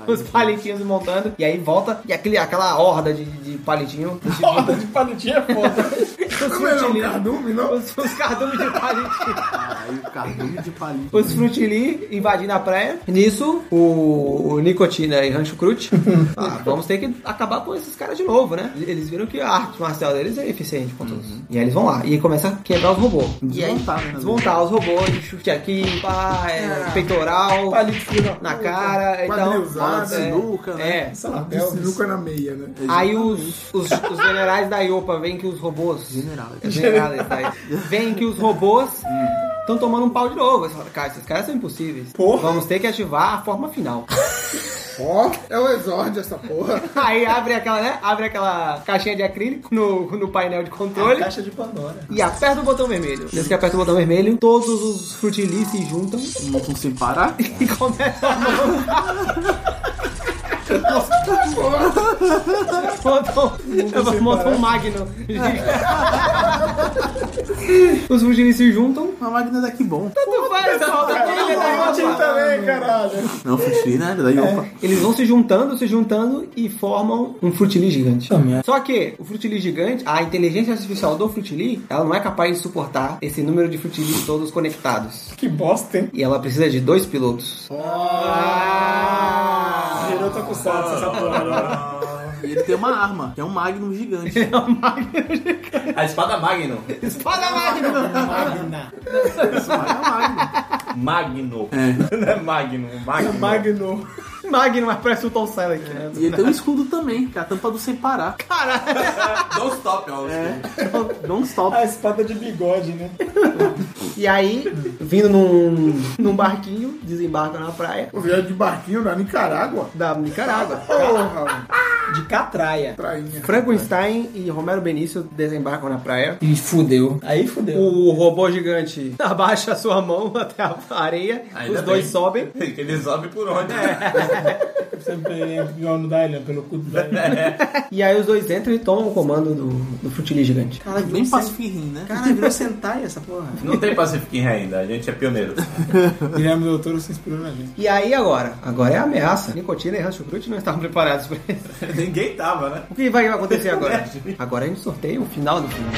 S1: Os paletinhos se montando, e aí volta, e aquele, aquela horda de, de palitinho.
S9: Porra de palitinha é foda.
S1: Os
S5: Não é não,
S1: frutilis-
S5: cardume, não?
S1: Os, os cardumes de palitinho.
S3: Aí o cardume de palito.
S1: Os Frutili invadindo a praia. Nisso, o, o Nicotina e Rancho Crut. Ah, vamos ter que acabar com esses caras de novo, né? Eles viram que a arte marcial deles é eficiente contra os. E aí eles vão lá. E começa a quebrar os robôs. E aí,
S3: Uhum. Desmontar, né? Ah.
S1: desmontar os robôs, de chute aqui, pá, é, peitoral, na cara e tal.
S5: Quadrilzado,
S3: sinuca, né?
S1: É.
S9: Sei lá,
S5: De sinuca na meia, né?
S1: Aí os, os, os generais da Iopa veem que os robôs.
S3: General.
S1: Generais da Iopa. Veem que os robôs estão tomando um pau de novo. Eles falam, cara, esses caras são impossíveis.
S9: Porra.
S1: Vamos ter que ativar a forma final.
S5: Ó, é o Exord essa porra.
S1: Aí abre aquela, né? Abre aquela caixinha de acrílico no, no painel de
S2: Ah,
S1: controle.
S9: Caixa de
S2: tá.
S9: Pandora.
S1: E aperta o botão vermelho. Desde que aperta o botão vermelho, todos os frutilis se juntam
S3: Montam um sem parar.
S1: e começam a montar. montam, montam um magno. Os fugiris se juntam.
S3: Uma máquina daqui bom.
S1: Tanto faz, a volta dele é da Europa.
S9: também, caralho.
S3: Não, Fuxi, né? Daí,
S9: É.
S3: opa.
S1: Eles vão se juntando, se juntando e formam um frutili gigante.
S9: Puta merda.
S1: Só que o frutili gigante, a inteligência artificial do frutili, ela não é capaz de suportar esse número de frutilis todos conectados.
S9: Que bosta, hein?
S1: E ela precisa de dois pilotos.
S9: Gerou Tokusatsu essa porra.
S3: E ele tem uma arma, que é um magnum gigante.
S7: A espada Magno.
S1: Espada Magna!
S9: Magna.
S3: Isso vai é magnum.
S7: Magno.
S3: É.
S7: Não é Magno. Magno.
S9: Magno.
S1: Magno, mas parece o Tom Selleck, né?
S3: E ele tem um escudo também, que é a tampa do sem parar. É. Tipo,
S7: Don't stop,
S9: É.
S7: ó.
S3: Don't stop.
S9: A espada de bigode, né?
S1: E aí, vindo num, num barquinho, desembarca na praia
S5: O viagem de barquinho na Nicarágua.
S1: da Nicarágua.
S5: Porra, mano.
S9: De catraia.
S5: Prainha.
S1: Frankenstein e Romero Benício desembarcam na praia.
S9: E fudeu. Aí fudeu.
S1: O robô gigante abaixa a sua mão até a areia.
S7: Ainda
S1: os dois
S7: bem.
S1: sobem.
S7: Que ele sobe por onde? É.
S9: Sempre é o nome da ilha, pelo cu do Dylan.
S1: E aí os dois entram e tomam o comando do, do Frutili gigante.
S3: Cara, bem pacifirrim, né?
S9: Caralho, virou Sentai tá essa porra.
S7: Não tem Pacific Rim ainda. A gente é pioneiro.
S9: Guilherme Del Toro se inspirou na gente.
S1: E aí agora? Agora é a ameaça. Nicotina e Rancho Crut não estavam preparados pra isso.
S7: Ninguém tava, né?
S1: é um O que vai acontecer agora? Agora a gente sorteia o final do filme.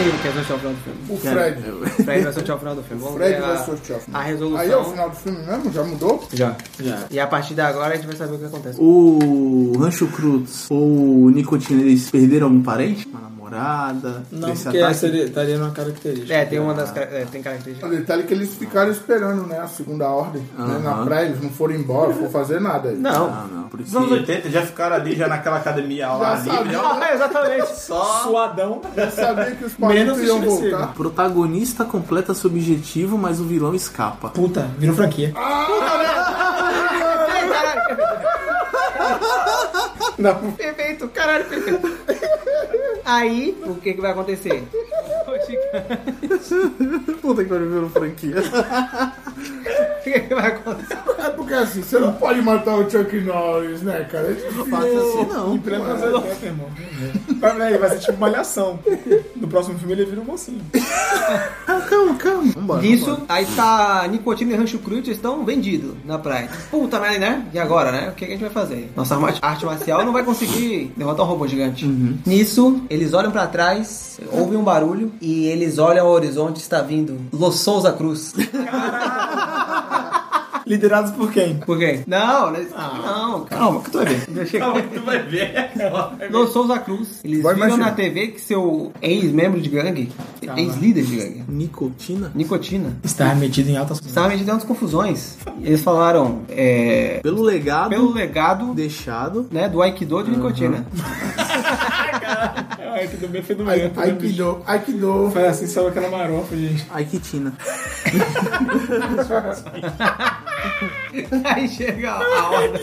S1: Ele quer sortear o final do filme.
S5: O Fred.
S1: O Fred vai sortear o final do filme. Vamos
S5: Fred
S9: é
S1: ver
S5: vai
S1: a-
S5: sortear o final.
S1: A resolução.
S5: Aí é o final do filme mesmo? Já mudou?
S1: Já.
S3: Já.
S1: E a partir de agora a gente vai saber o que acontece.
S3: O Rancho Cruz ou o Nicotina, eles perderam algum parente? Uma namorada?
S9: Não,
S3: desse
S9: porque
S3: ataque?
S9: essa seria- estaria numa característica.
S1: É, tem uma das car- é, tem características.
S5: O detalhe é que eles ficaram esperando, né? A segunda ordem. né, na praia, eles não foram embora, não foram fazer nada.
S1: Não.
S3: Ah, não, por isso
S7: Nos anos
S3: que-
S7: 80, já ficaram ali, já naquela academia lá.
S5: Já
S7: ali.
S5: sabia,
S1: Ah, exatamente.
S9: Suadão.
S5: já sabia que os palitos iam
S9: estremecido.
S5: voltar.
S3: Protagonista completa seu objetivo, mas o vilão escapa.
S9: Puta, virou franquia.
S1: Perfeito, caralho, perfeito. Aí, o que que vai acontecer?
S3: Puta que pariu, virou franquia.
S1: O que que vai acontecer?
S5: É porque assim, você não pode matar o Chuck Norris, né, cara? É difícil.
S3: Fácil assim não.
S9: Pra fazer o quê, irmão? Vai vai ser tipo malhação. No próximo filme ele vira um mocinho.
S3: Calma, calma. Vambora.
S1: Nisso, aí tá Nicotina e Rancho Cruz estão vendidos na praia. Puta merda, né? E agora, né? O que, que a gente vai fazer? Nossa arma- arte marcial não vai conseguir derrotar um robô gigante. Nisso, eles olham pra trás, ouvem um barulho e eles olham ao horizonte está vindo Los Souza Cruz.
S9: Liderados por quem?
S1: Por quê? Não, né? não, calma, que tu vai ver.
S7: Tu é vai ver.
S1: Los Souza Cruz. Eles
S5: Vai
S1: viram
S5: imaginar.
S1: na TV que seu ex-membro de gangue, ex-líder de gangue,
S3: Nicotina?
S1: Nicotina,
S9: Estar metido em alta
S1: estava medindo umas confusões. Eles falaram, é,
S3: Pelo legado
S1: pelo legado
S3: deixado.
S1: né, do Aikido de Nicotina.
S9: Ah, tudo bem, foi do
S5: Ai- Aikido, Aikido.
S9: Foi assim, saiu aquela marofa, gente.
S3: Aikitina.
S1: aí chega a hora.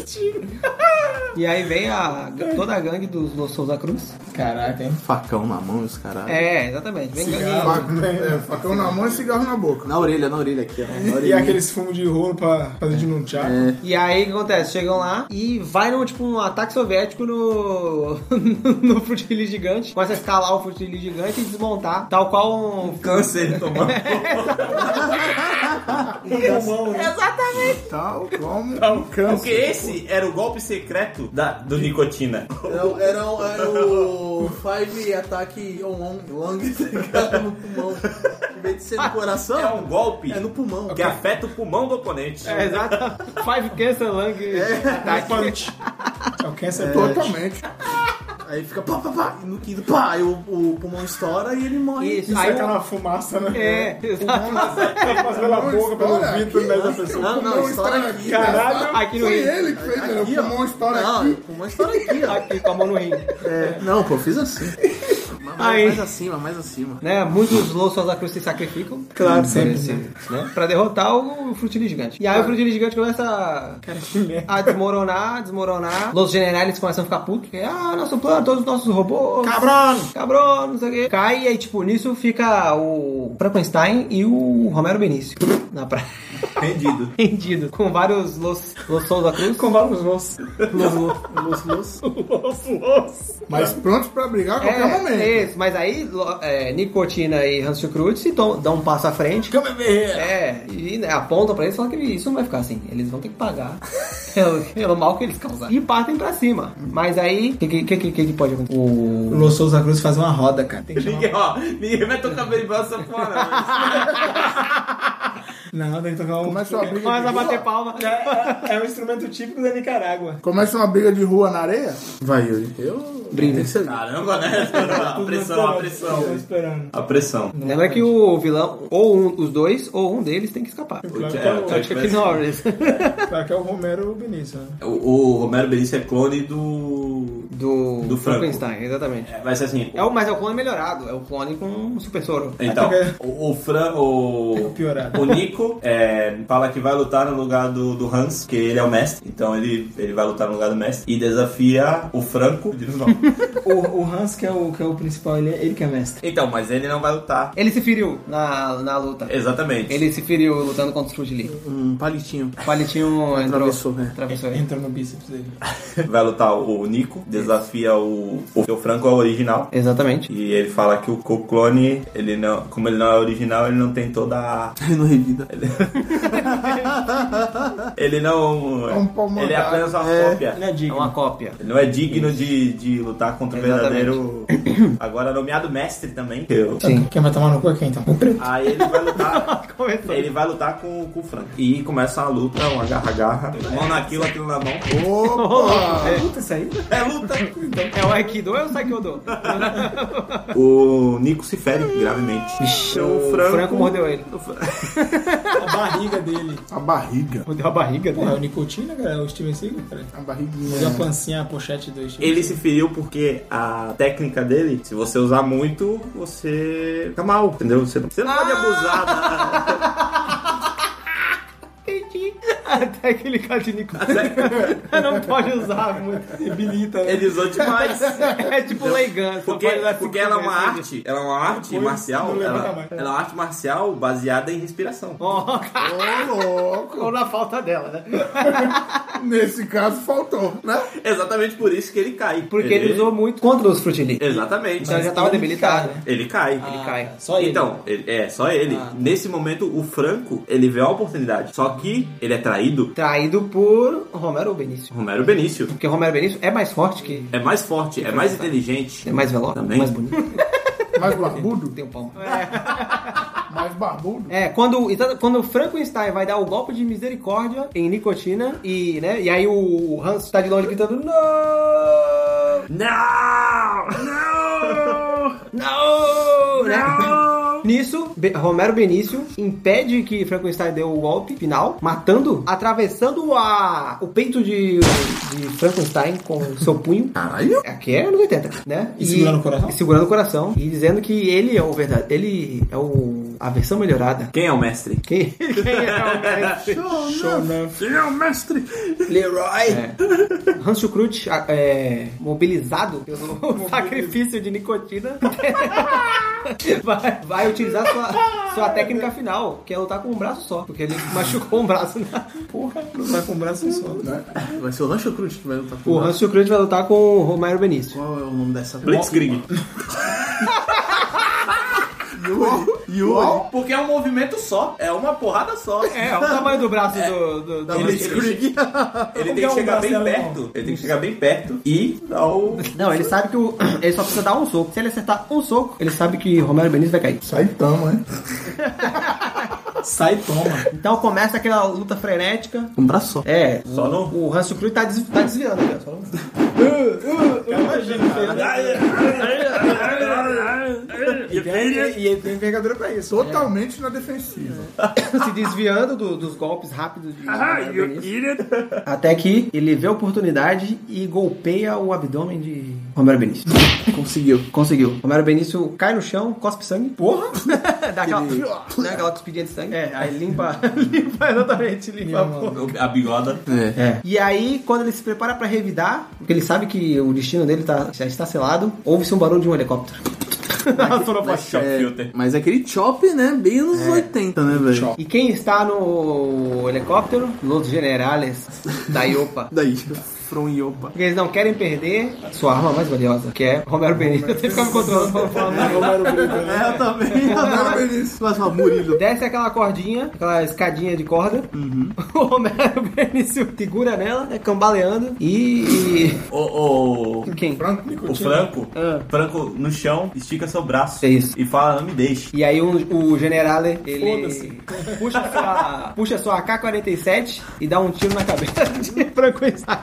S1: e aí vem a, toda a gangue dos Los Souza Cruz.
S9: Caraca, hein?
S3: Facão na mão, os caras.
S1: É, exatamente. Vem gangue.
S5: Fac- é, facão na mão e cigarro na boca.
S3: Na orelha, na orelha aqui, ó. Na
S9: E
S3: orelha.
S9: aqueles fumos de rolo pra fazer de nunchaku.
S1: E aí o que acontece? Chegam lá e vai num tipo um ataque soviético no. no Frutilli gigante. Começa a escalar o Frutilli gigante e desmontar, tal qual um.
S7: Câncer tomando.
S5: Tal como.
S2: É.
S9: Tá um
S7: Porque esse era o golpe secreto da, do Nicotina.
S3: Era, era, o- era o Five Attack on on- Lung, tá ligado? No pulmão. Em vez de ser no coração,
S7: É um golpe
S3: Ah, é no pulmão.
S7: que afeta o pulmão do oponente.
S1: É, exato. Five Cancer Lung. ataque.
S9: Tá um Punch. É o Cancer Punch.
S5: Totalmente.
S3: Aí fica pá, pá, pá. E no quinto, pá. Aí o, o pulmão estoura e ele morre.
S1: Isso,
S9: Sai
S1: aí.
S9: é aquela fumaça, né?
S1: É, exato.
S9: Passa pela boca, pelo
S5: estoura
S9: ouvido, pelo nariz da pessoa.
S3: Não, não,
S5: pulmão
S3: estoura
S5: estoura
S3: aqui. cara.
S9: Caralho.
S1: Aqui no
S5: Foi
S1: rim.
S5: ele que fez, né? O
S3: Aqui, ó.
S5: pulmão estoura
S3: Não, o
S5: aqui.
S3: pulmão estoura aqui, ó.
S1: Aqui com a mão no rim.
S3: É, não, pô, eu fiz assim. Mas-
S1: Aí.
S3: Mais acima, mais acima.
S1: Né? Muitos Los Souza Cruz se sacrificam.
S9: Claro, sempre.
S1: né? Pra derrotar o Frutilli Gigante. E aí o Frutilli Gigante começa a- a desmoronar, desmoronar. Los generais começam a ficar putos. porque, Ah, nosso plano, todos os nossos robôs.
S3: Cabrão!
S1: Cabrão, não sei o quê. Cai e aí, tipo, nisso fica o Frankenstein e o Romero Benício. Na praia.
S7: Rendido.
S1: Rendido. Com vários Los, Los Souza Cruz.
S9: Com vários ossos.
S5: Mas pronto pra brigar a
S1: É,
S5: qualquer momento.
S1: isso, mas aí lo- é, Nicotina e Hans Cruz se tom- dão um passo à frente. É, e né, apontam pra eles e falam que isso não vai ficar assim. Eles vão ter que pagar pelo, pelo mal que eles causaram. E partem pra cima. Mas aí, o que, que, que, que- que pode acontecer?
S9: O Los Souza Cruz faz uma roda, cara. Tem que chamar-
S7: Ninguém, ó, ninguém vai tocar cabelo em balança fora. né?
S9: Não, tem que tocar um.
S5: Começa uma briga
S1: Começa a
S5: de
S1: bater
S5: rua.
S1: palma.
S9: É, é um instrumento típico da Nicarágua.
S5: Começa uma briga de rua na areia.
S3: Vai, Yuri. Eu. Brilha.
S7: Caramba, né? A pressão, a
S9: Tô
S7: pressão.
S9: esperando.
S7: A pressão.
S1: Lembra que o vilão, ou um, os dois, ou um deles tem que escapar.
S9: Claro que
S7: É,
S9: é o-
S1: É o Chuck Norris.
S9: claro que é o Romero Benício, né?
S7: O, o Romero Benício é clone do.
S1: Do,
S7: Do Franco.
S1: Frankenstein, exatamente.
S7: é, Vai ser assim.
S1: É o, mas é o clone melhorado, é o clone com super soro.
S7: Então,
S9: Até
S7: o, o Fran. O,
S9: Piorado.
S7: o Nico é, fala que vai lutar no lugar do, do Hans, porque ele é o mestre. Então ele, ele vai lutar no lugar do mestre. E desafia o Franco. diz o nome.
S9: O, o Hans, que é o, que é o principal, ele, é- ele que é mestre.
S7: então, mas ele não vai lutar.
S1: Ele se feriu na, na luta.
S7: Exatamente.
S1: Ele se feriu lutando contra o Frudley.
S3: Um palitinho.
S1: O
S7: É um
S1: palitinho entrou.
S3: Atravessou, né?
S1: Atravessou ele.
S9: Entrou no bíceps dele.
S7: Vai lutar o Nico, desafia o. O, o Franco é o original.
S1: Exatamente.
S7: E ele fala que o o clone, ele não, como ele não é original, ele não tem toda a.
S3: Ele não revida.
S7: Ele não.
S5: É um pau
S7: ele é
S5: mandado.
S7: apenas uma cópia.
S9: é
S1: É uma cópia.
S7: Ele não é digno de, de lutar contra o
S10: Exatamente.
S7: verdadeiro. Agora nomeado mestre também. que eu-
S9: Sim. Quem vai tomar no cu é quem, então? O preto.
S7: Aí ele vai lutar.
S1: Começou.
S7: ele vai lutar com, com o Frank. E começa a luta, um agarra-garra. Mão naquilo, aquilo na mão.
S9: Puta, isso aí?
S7: É luta!
S1: É o Aikido ou é o Saikido?
S7: O Nico se fere gravemente. o Franco,
S1: Franco mordeu ele.
S7: O Fra-
S9: A barriga dele.
S5: A barriga.
S1: Mordeu a barriga
S9: Pô, é
S1: dele.
S9: o Nicotina, cara. É o Steven Seagal, cara.
S5: A barriguinha.
S9: Deu a pancinha, a pochete do Steven
S7: Ele se feriu porque a técnica dele, se você usar muito, você fica mal, entendeu? Você não, você não pode abusar da
S1: Entendi. Até aquele cara de Nico. Não pode usar muito. Debilita. né?
S7: Ele usou demais.
S1: É tipo Leigan. só
S7: Porque,
S1: pode usar
S7: porque
S1: cinco
S7: ela é uma
S1: vezes.
S7: arte, ela é uma
S1: né?
S7: arte marcial, ela, ela é uma arte marcial baseada em respiração.
S1: Ó,
S5: Ô, louco.
S1: Ou na falta dela, né?
S5: Nesse caso faltou, né?
S7: Exatamente por isso que ele cai.
S1: Porque ele usou muito contra os frutilis.
S7: Exatamente.
S1: Então ele já tava debilitado.
S9: né?
S7: Ele cai.
S1: Ele cai. Ah.
S9: Só ele.
S7: Então, ele- é, só ele. Nesse momento, o Franco, ele vê a oportunidade. Só que ele é traído
S1: Traído por Romero Benício.
S7: Romero Benício.
S1: Porque Romero Benício é mais forte que.
S7: É mais forte, é mais inteligente.
S1: É mais veloz,
S7: Também.
S1: mais bonito.
S5: Mais barbudo.
S1: Tem um pau.
S9: É.
S5: Mais barbudo.
S1: É, quando, exata- quando o Frankenstein vai dar o golpe de misericórdia em nicotina e, né, e aí o Hans tá de longe gritando Não!
S7: Não! Não!
S1: Não! Não! Nisso, Be- Romero Benício impede que Frankenstein dê o golpe final, matando, atravessando a, o peito de, de Frankenstein com o seu punho.
S5: Caralho.
S1: Aqui é anos 80, né?
S9: E segurando o coração?
S1: E segurando o coração. E dizendo que ele é o verdade. Ele é o. a versão melhorada.
S7: Quem é o mestre?
S1: Quem, quem é o mestre?
S5: Show, né?
S9: Leroy.
S1: Hans Schukrut, É. a- é, mobilizado pelo sacrifício de nicotina, vai, vai utilizar sua, sua técnica final, que é lutar com um braço só, porque ele machucou um braço. Né?
S9: Porra, não vai com o braço só.
S3: Vai ser o Lancha Cruz que vai lutar com
S1: O Hans Schukrut vai lutar com o Romero Benício.
S3: Qual é o nome dessa
S7: Blitzkrieg.
S5: Uou.
S7: Porque é um movimento só, é uma porrada só.
S1: É, olha o tamanho do braço do, do, do
S7: Ele, ele, ele
S1: um
S7: tem que chegar bem perto. Ele tem que chegar bem perto e dar o.
S1: Não, ele sabe que o, ele só precisa dar um soco. Se ele acertar um soco, ele sabe que Romero Benício vai cair.
S5: Saitama, hein?
S9: Sai, toma.
S1: Então começa aquela luta frenética.
S3: Um braço só.
S1: É,
S7: Só no.
S1: o Hans Schukrut tá, des, tá desviando. Né? Só não-
S9: E tem, e ele tem envergadura pra isso.
S5: Totalmente na defensiva.
S1: se desviando do- dos golpes rápidos
S7: Ah,
S1: de Romero Benício. Até que ele vê a oportunidade e golpeia o abdômen de Romero Benício.
S3: Conseguiu.
S1: Conseguiu. Romero Benício cai no chão, cospe sangue. Porra! Dá aquela, dá aquela cuspidinha de sangue. É, aí limpa, limpa exatamente,
S9: é
S1: limpa a porra.
S7: A bigoda.
S1: É. E aí, quando ele se prepara pra revidar, porque ele sabe que o destino dele tá, já está selado, ouve-se um barulho de um helicóptero.
S7: Shop filter.
S3: Mas é aquele chop, né? Bem nos 80, né, velho?
S1: E quem está no helicóptero? Los generales da IOPA.
S3: Daí. From Yopa.
S1: Porque eles não querem perder sua arma mais valiosa, que é Romero Benito. Você fica me controlando pra não falar nada.
S9: Romero Brito, né?
S3: É, eu também. Adoro isso. Mas, ó, Murilo.
S1: Desce aquela cordinha, aquela escadinha de corda. O Romero Benício segura nela, é cambaleando. E.
S7: O, o,
S1: e Quem?
S7: o Franco, Franco no chão, estica seu braço
S1: Ah. É isso.
S7: e fala: não me deixe.
S1: E aí um- o generale, ele puxa sua, puxa sua AK-47 e dá um tiro na cabeça de Frankenstein.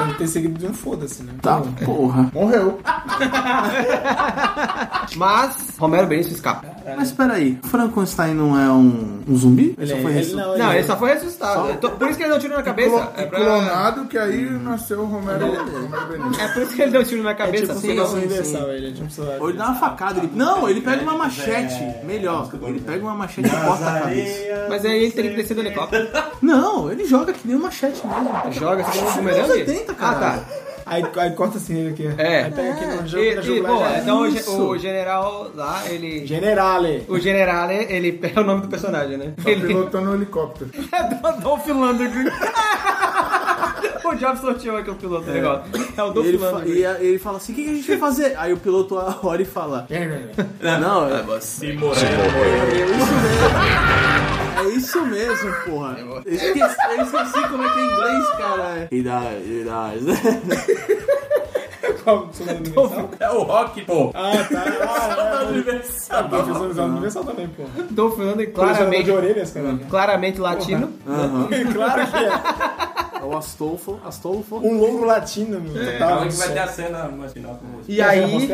S9: Deve ter seguido de um foda-se, né?
S3: Tá, porra.
S5: Morreu.
S1: Mas Romero Benício escapa.
S3: Mas peraí, o Frankenstein não é um, um zumbi? Ele
S9: é
S3: só foi isso.
S1: Não, ele só foi ressuscitado. Então, Por isso que ele deu um tiro na cabeça. É,
S5: E
S1: pra-
S5: Clonado, que aí nasceu o Romero, Romero Benito.
S1: é por isso que ele deu um tiro na
S9: É
S1: cabeça.
S9: tipo
S1: assim,
S9: solução
S1: ó.
S9: universal, ele. É tipo solução
S3: Ou ele dá uma facada. Ele... um Ah, Não, ele pega uma machete. Melhor. Ele pega uma machete e corta a cabeça.
S1: Mas aí ele teria que descer do helicóptero.
S3: Não, ele joga que nem uma machete mesmo.
S1: Joga, você tem um bumerangue?
S3: 80,
S1: Ah,
S3: cara.
S1: tá.
S9: Aí, aí corta assim ele aqui.
S1: É.
S9: Aí pega aqui no jogo
S1: E,
S9: da
S1: e,
S9: jugular
S1: bom,
S9: já-
S1: então o ge-
S3: Isso.
S1: o general lá, ele.
S9: Generale.
S1: O general, ele, ele é o nome do personagem, né? Ele
S5: Pilotando o helicóptero.
S1: é Dolph Lundgren. o Job sorteou aqui o piloto do negócio. É o Dolph
S3: Ele, fa-
S1: Lundgren.
S3: e a- ele fala assim: o que, que a gente vai fazer? Aí o piloto olha e fala: Não, é
S7: Se morrer.
S3: É isso mesmo, porra. Eu esqueci, é eu esqueci como é que é em inglês, cara. He dies, he dies.
S2: Qual? Soldado Universal?
S7: É o Rock, pô.
S2: Ah, tá. Ah,
S7: Soldado Universal.
S2: é. Porque fez Soldado Universal também, pô.
S1: Dolph Lundgren
S2: Colecionador de
S1: claramente, Uhum.
S2: orelhas, cara.
S1: claramente latino.
S2: Claro que é.
S3: É o Astolfo. Astolfo.
S2: Um louro latino, meu. Tá,
S7: Calma
S2: Total.
S7: aí que vai ter a cena no final com você.
S1: E aí,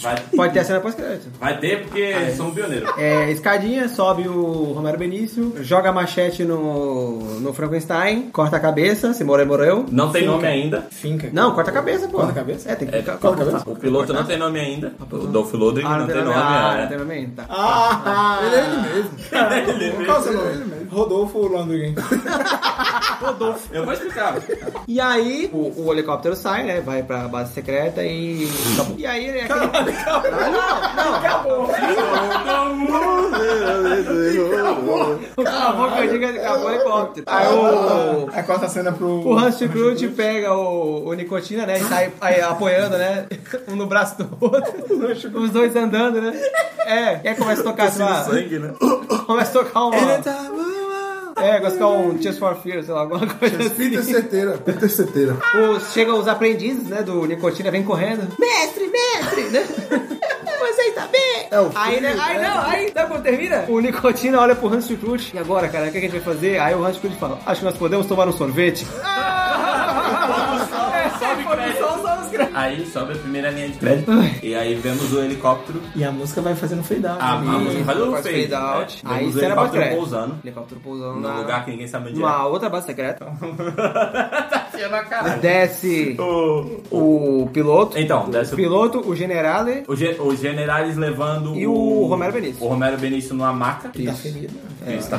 S7: Vai,
S1: pode ter a cena pós-crédito.
S7: vai ter
S1: Ah,
S7: porque sou um pioneiro.
S1: É, escadinha, sobe o Romero Benício, joga machete no, no Frankenstein, corta a cabeça, se morrer, morreu.
S7: Não tem nome ainda.
S2: Finca.
S1: Não, corta a cabeça, pô.
S2: Corta a cabeça?
S1: É, tem que
S7: É,
S1: cortar.
S2: corta a cabeça.
S7: O piloto não tem nome ainda. O Dolph Lundgren
S1: Ah,
S7: não tem nome.
S1: Ah,
S7: é.
S1: não tem nome ainda. Tá.
S2: Ah,
S5: Ele é ele mesmo.
S2: qual é o seu nome? Rodolfo Lundgren.
S7: Eu vou explicar.
S1: E aí, o, o helicóptero sai, né? Vai pra base secreta e. E aí, é aquele. Acabou que eu digo é que acabou o helicóptero. Aí o.
S2: Aí corta a cena pro.
S1: O
S7: é
S1: Hans Cruz pega o, o Nicotina, né? E sai aí, apoiando, né? Um no braço do outro. Os dois andando, né? É, e aí começa a tocar assim.
S7: Sangue, né? tá-
S1: Começa a tocar uma. É, começa a tocar um Just for Fear, sei lá, alguma coisa assim.
S5: Peter Certeira. Peter Certeira.
S1: Os, chegam os aprendizes, né, do Nicotina, vem correndo. Mestre, mestre, né? Você está bem?
S5: É o
S1: aí,
S5: filho,
S1: né? Aí não, aí, sabe quando termina? O Nicotina olha pro Hans Cruz. E agora, cara, o que a gente vai fazer? Aí o Hans Cruz fala, acho que nós podemos tomar um sorvete. Ah! É,
S7: Sobe crédito. Aí sobe a primeira linha de crédito. E aí vemos o helicóptero.
S2: E a música vai fazendo né? fade out.
S7: A, a
S1: Ih,
S7: música faz o
S1: faz
S7: fade.
S1: fade out.
S7: Né?
S1: Aí
S7: Vemos o
S1: cena pra
S7: helicóptero
S1: crédito.
S7: pousando.
S1: Helicóptero pousando
S7: Num
S1: na...
S7: lugar que Tá ninguém sabe onde é.
S1: Numa outra base secreta. Desce o piloto.
S7: Oh. Então, desce
S1: O
S7: o-
S1: piloto, o generale.
S7: O ge- Os generais levando
S1: E o Romero Benício.
S7: O Romero Benício numa maca.
S2: Tá ferido.
S1: ah.
S7: Ele
S1: É, tá
S7: está ferido.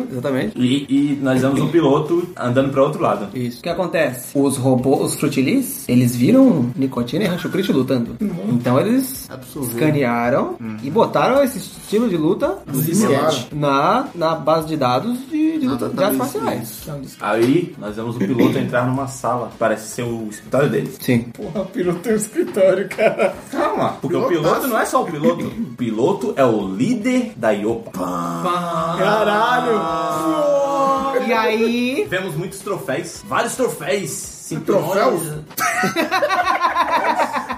S1: Ferido, exatamente.
S7: E, e nós vemos o piloto andando para outro lado.
S1: Isso. O que acontece? Os robôs, os frutilis, eles viram Nicotina e Rancho Crit lutando. Então eles escanearam e botaram esse estilo de luta
S5: Simularam.
S1: na, na base de dados de, de luta de artes marciais.
S7: Aí nós vemos o piloto entrar numa sala. Parece ser o escritório dele.
S1: Sim.
S2: Porra, pirou teu escritório, cara.
S7: Calma, porque o piloto não é só o piloto. O piloto é o líder da IOPA.
S1: Ah.
S2: Caralho.
S1: E aí.
S7: Vemos muitos troféus. Vários troféus. Cinturões.
S5: Troféus?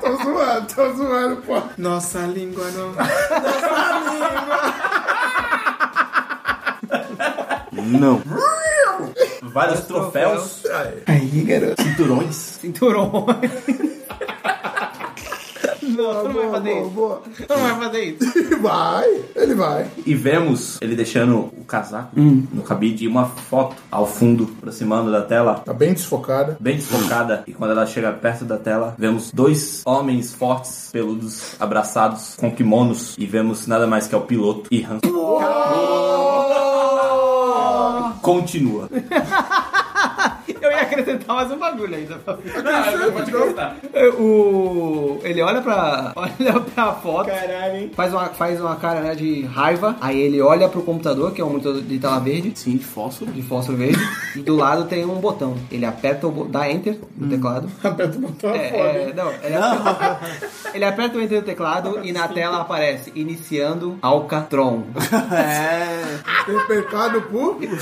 S5: Tô zoando, tô zoando, pô.
S2: Nossa língua não.
S7: Não. Vários troféus.
S2: Aí, garoto.
S7: Cinturões.
S1: Cinturões. Não, tu não vai fazer isso.
S5: Boa.
S1: Tu não vai fazer isso.
S5: Ele vai, ele vai.
S7: E vemos ele deixando o casaco no cabide e uma foto ao fundo, aproximando da tela.
S5: Tá bem desfocada.
S7: Bem desfocada, e quando ela chega perto da tela, vemos dois homens fortes, peludos, abraçados, com kimonos, e vemos nada mais que é o piloto e Hans. Continua.
S1: Eu ia acrescentar mais um bagulho ainda. O... Ele olha pra, olha pra foto.
S2: Caralho, hein?
S1: Faz uma, faz uma cara né, de raiva, aí ele olha pro computador, que é um monitor de tela verde,
S3: Sim, de fósforo.
S1: de fósforo verde, e do lado tem um botão. Ele aperta o bo- dá enter no teclado.
S2: Hum. Aperta o botão é foda,
S1: É,
S2: hein?
S1: é, não, ele, aperta, ele aperta o enter no teclado e na tela aparece iniciando Alcatron.
S5: Tem pecado público.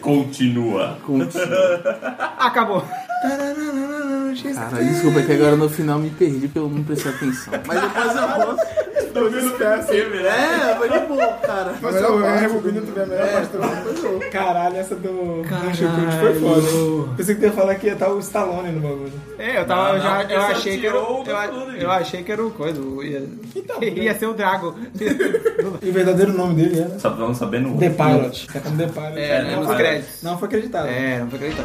S7: Continua.
S1: Acabou.
S3: Cara, desculpa, é que agora no final me perdi porque eu não prestei atenção. Mas depois eu volto.
S7: Tô vendo filme, né?
S3: É, foi de boa, cara.
S2: Mas
S5: melhor
S2: se o
S5: parte
S2: Rebobina tiver a melhor parte do mundo. Caralho, essa do Rancho Cruz foi foda. Pensei que tu ia falar que ia estar o Stallone no bagulho.
S1: É, eu tava. eu já,
S7: porque
S1: eu
S7: você
S1: achei que era.
S7: tirou
S1: o-
S7: do
S1: Eu, a-
S7: tudo,
S1: eu achei que era o coisa. o- Ia,
S2: Então,
S1: ia
S2: né?
S1: ser o Drago.
S2: E o verdadeiro nome dele é, né? era
S7: Só vamos saber no
S2: The Pilot. Tá como The Pilot.
S1: É, né,
S2: não,
S1: nos
S2: foi-
S1: créditos.
S2: não foi acreditado.
S1: É, não vou acreditar.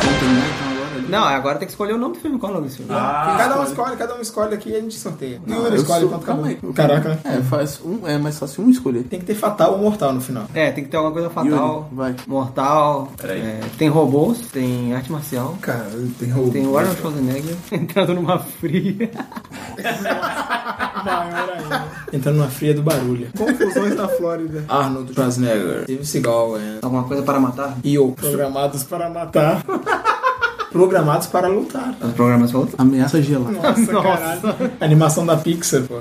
S3: Vamos terminar então agora? ali?
S1: Não, agora tem que escolher o nome do filme. Qual é o nome do filme?
S2: cada um escolhe, cada um escolhe aqui e a gente sorteia. Nenhum
S3: eu
S2: escolhe
S3: sou-
S2: quanto
S3: calma
S2: cada um.
S3: aí.
S2: Caraca, né?
S3: É, faz um, é mais fácil um escolher.
S2: Tem que ter fatal ou mortal no final.
S1: É, tem que ter alguma coisa fatal,
S3: Yuri, vai.
S1: mortal.
S7: Peraí.
S1: é, tem robôs, tem arte marcial.
S5: Cara, ele tem roubo.
S1: Tem o Arnold Schwarzenegger entrando numa fria.
S2: Entrando numa fria do barulho.
S5: Confusões na Flórida.
S2: Arnold Schwarzenegger. Steven Seagal, é.
S1: Alguma coisa para matar.
S2: E o Programados para matar. Programados para lutar.
S1: Ah, Os programas voltam.
S3: Ameaça gelada.
S2: Nossa, caralho. Animação da Pixar, pô.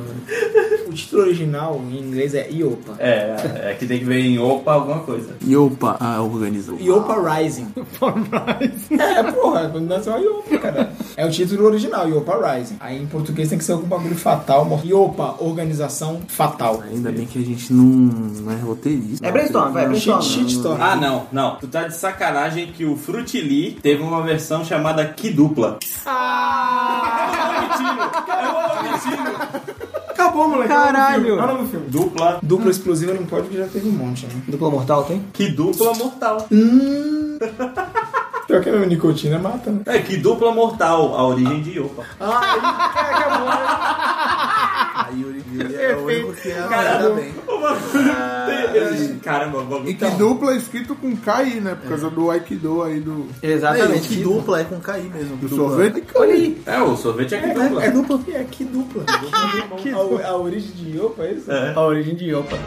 S2: o título original em inglês é Iopa.
S7: É, é que tem que ver em opa alguma coisa.
S3: E opa, a organização.
S2: Iopa Rising. é, porra, quando nasceu a Iopa, cara. É o título original, Iopa Rising. Aí em português tem que ser algum bagulho fatal. mor- Iopa, organização fatal.
S3: Ainda bem que a gente não, não é roteirista.
S1: É brainstorm, vai, brainstorm.
S2: Shit, shitstorm.
S7: Ah, não, não. Tu tá de sacanagem que o Frutili teve uma versão chamada Que Dupla.
S2: Acabou, moleque.
S1: Caralho.
S2: Olha no filme.
S7: Dupla,
S2: Dupla explosiva não pode, porque já teve um monte, né?
S1: Dupla mortal tem?
S7: Que Dupla Mortal.
S2: Pior que a nicotina mata, né?
S7: É, Que Dupla Mortal, a origem de Opa.
S3: A Yuri, Yuri é o único que é ainda bem.
S7: Caramba, o bagulho.
S5: E
S9: Então.
S5: que dupla é escrito com KI, né? Por causa do Aikido aí do,
S1: Exatamente.
S3: que dupla é com KI mesmo.
S5: do
S3: dupla.
S5: sorvete.
S1: Olha aí.
S7: É, o sorvete é Que Dupla.
S2: É dupla. É, que dupla. a, a origem de Iopa é isso?
S1: A origem de Iopa.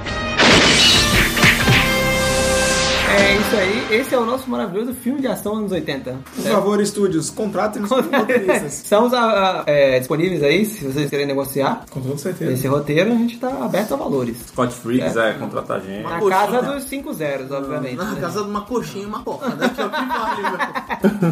S1: É isso aí. Esse é o nosso maravilhoso filme de ação anos 80.
S2: Por favor, estúdios, contratem-nos como roteiristas.
S1: Estamos a- a- é, disponíveis aí, se vocês querem negociar.
S2: Com toda certeza.
S1: Esse roteiro a gente tá aberto a valores.
S7: Scott Free quiser contratar a gente.
S1: Na
S3: coxinha.
S1: casa dos 5 zeros, obviamente.
S3: Na
S1: né?
S3: casa de uma coxinha e uma coca, né? Que é o que vale, velho.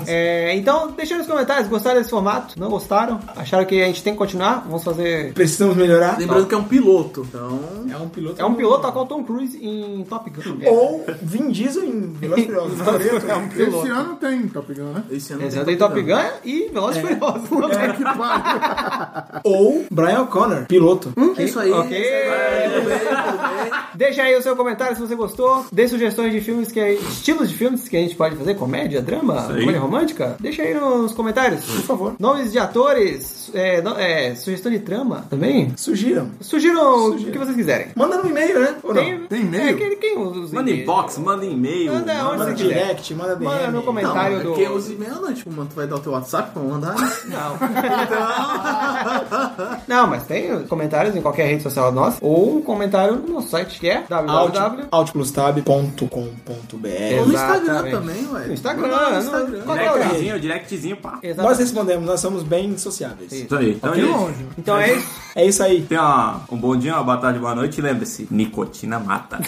S1: É, então, deixa nos comentários, gostaram desse formato? Não gostaram? Acharam que a gente tem que continuar? Vamos fazer.
S2: Precisamos melhorar.
S3: Lembrando que é um piloto, então...
S2: É um piloto.
S1: É um piloto a qual Tom Cruise em Top Gun.
S2: Ou Vin Diesel em Velozes e Furiosos.
S1: É um
S5: Esse
S1: piloto.
S5: ano tem Top Gun, né?
S3: Esse ano
S1: Esse
S3: tem
S1: ano tem Top Gun e Velozes e
S3: É.
S1: Furiosos.
S5: Puta que pariu.
S2: Ou Brian O'Connor, piloto.
S1: Hum?
S3: É isso aí.
S1: Ok.
S3: Tudo bem, tudo bem.
S1: Deixa aí o seu comentário se você gostou. Dê sugestões de filmes que estilos de filmes que a gente pode fazer, comédia, drama, comédia romântica. Deixa aí nos comentários, por favor. Nomes de atores, é, no- é, sugestão de trama também.
S2: Sugiram.
S1: Sugiram o que vocês quiserem.
S2: Manda no e-mail, né? Ou não?
S1: Tem,
S5: Tem e-mail?
S1: É, quem, quem usa os
S7: Manda
S1: e-mails?
S7: inbox, manda e-mail.
S1: Manda um onde
S2: Manda
S1: você quiser.
S2: direct, manda DM.
S1: Manda no
S3: Não,
S1: comentário
S3: é
S1: do.
S3: porque os e-mails, né? Tipo, mano, tu vai dar o teu WhatsApp pra mandar?
S1: Não.
S3: Então.
S1: Não, mas tem os comentários em qualquer rede social nossa ou um comentário no nosso site que é www.
S2: Out- outplustab.com.br
S3: Ou no Instagram
S1: Exatamente.
S3: também, ué.
S1: No Instagram,
S3: Manda no
S1: no-
S3: Instagram. é
S1: qualquer lugar.
S7: um Directzinho, directzinho, pá.
S2: Nós
S1: Exatamente.
S2: respondemos, nós somos bem sociáveis.
S7: Isso aí, então é isso.
S1: Então é isso.
S2: É isso aí.
S7: Tenha uma- um bom dia, uma boa tarde, boa noite. e Lembre-se, nicotina mata.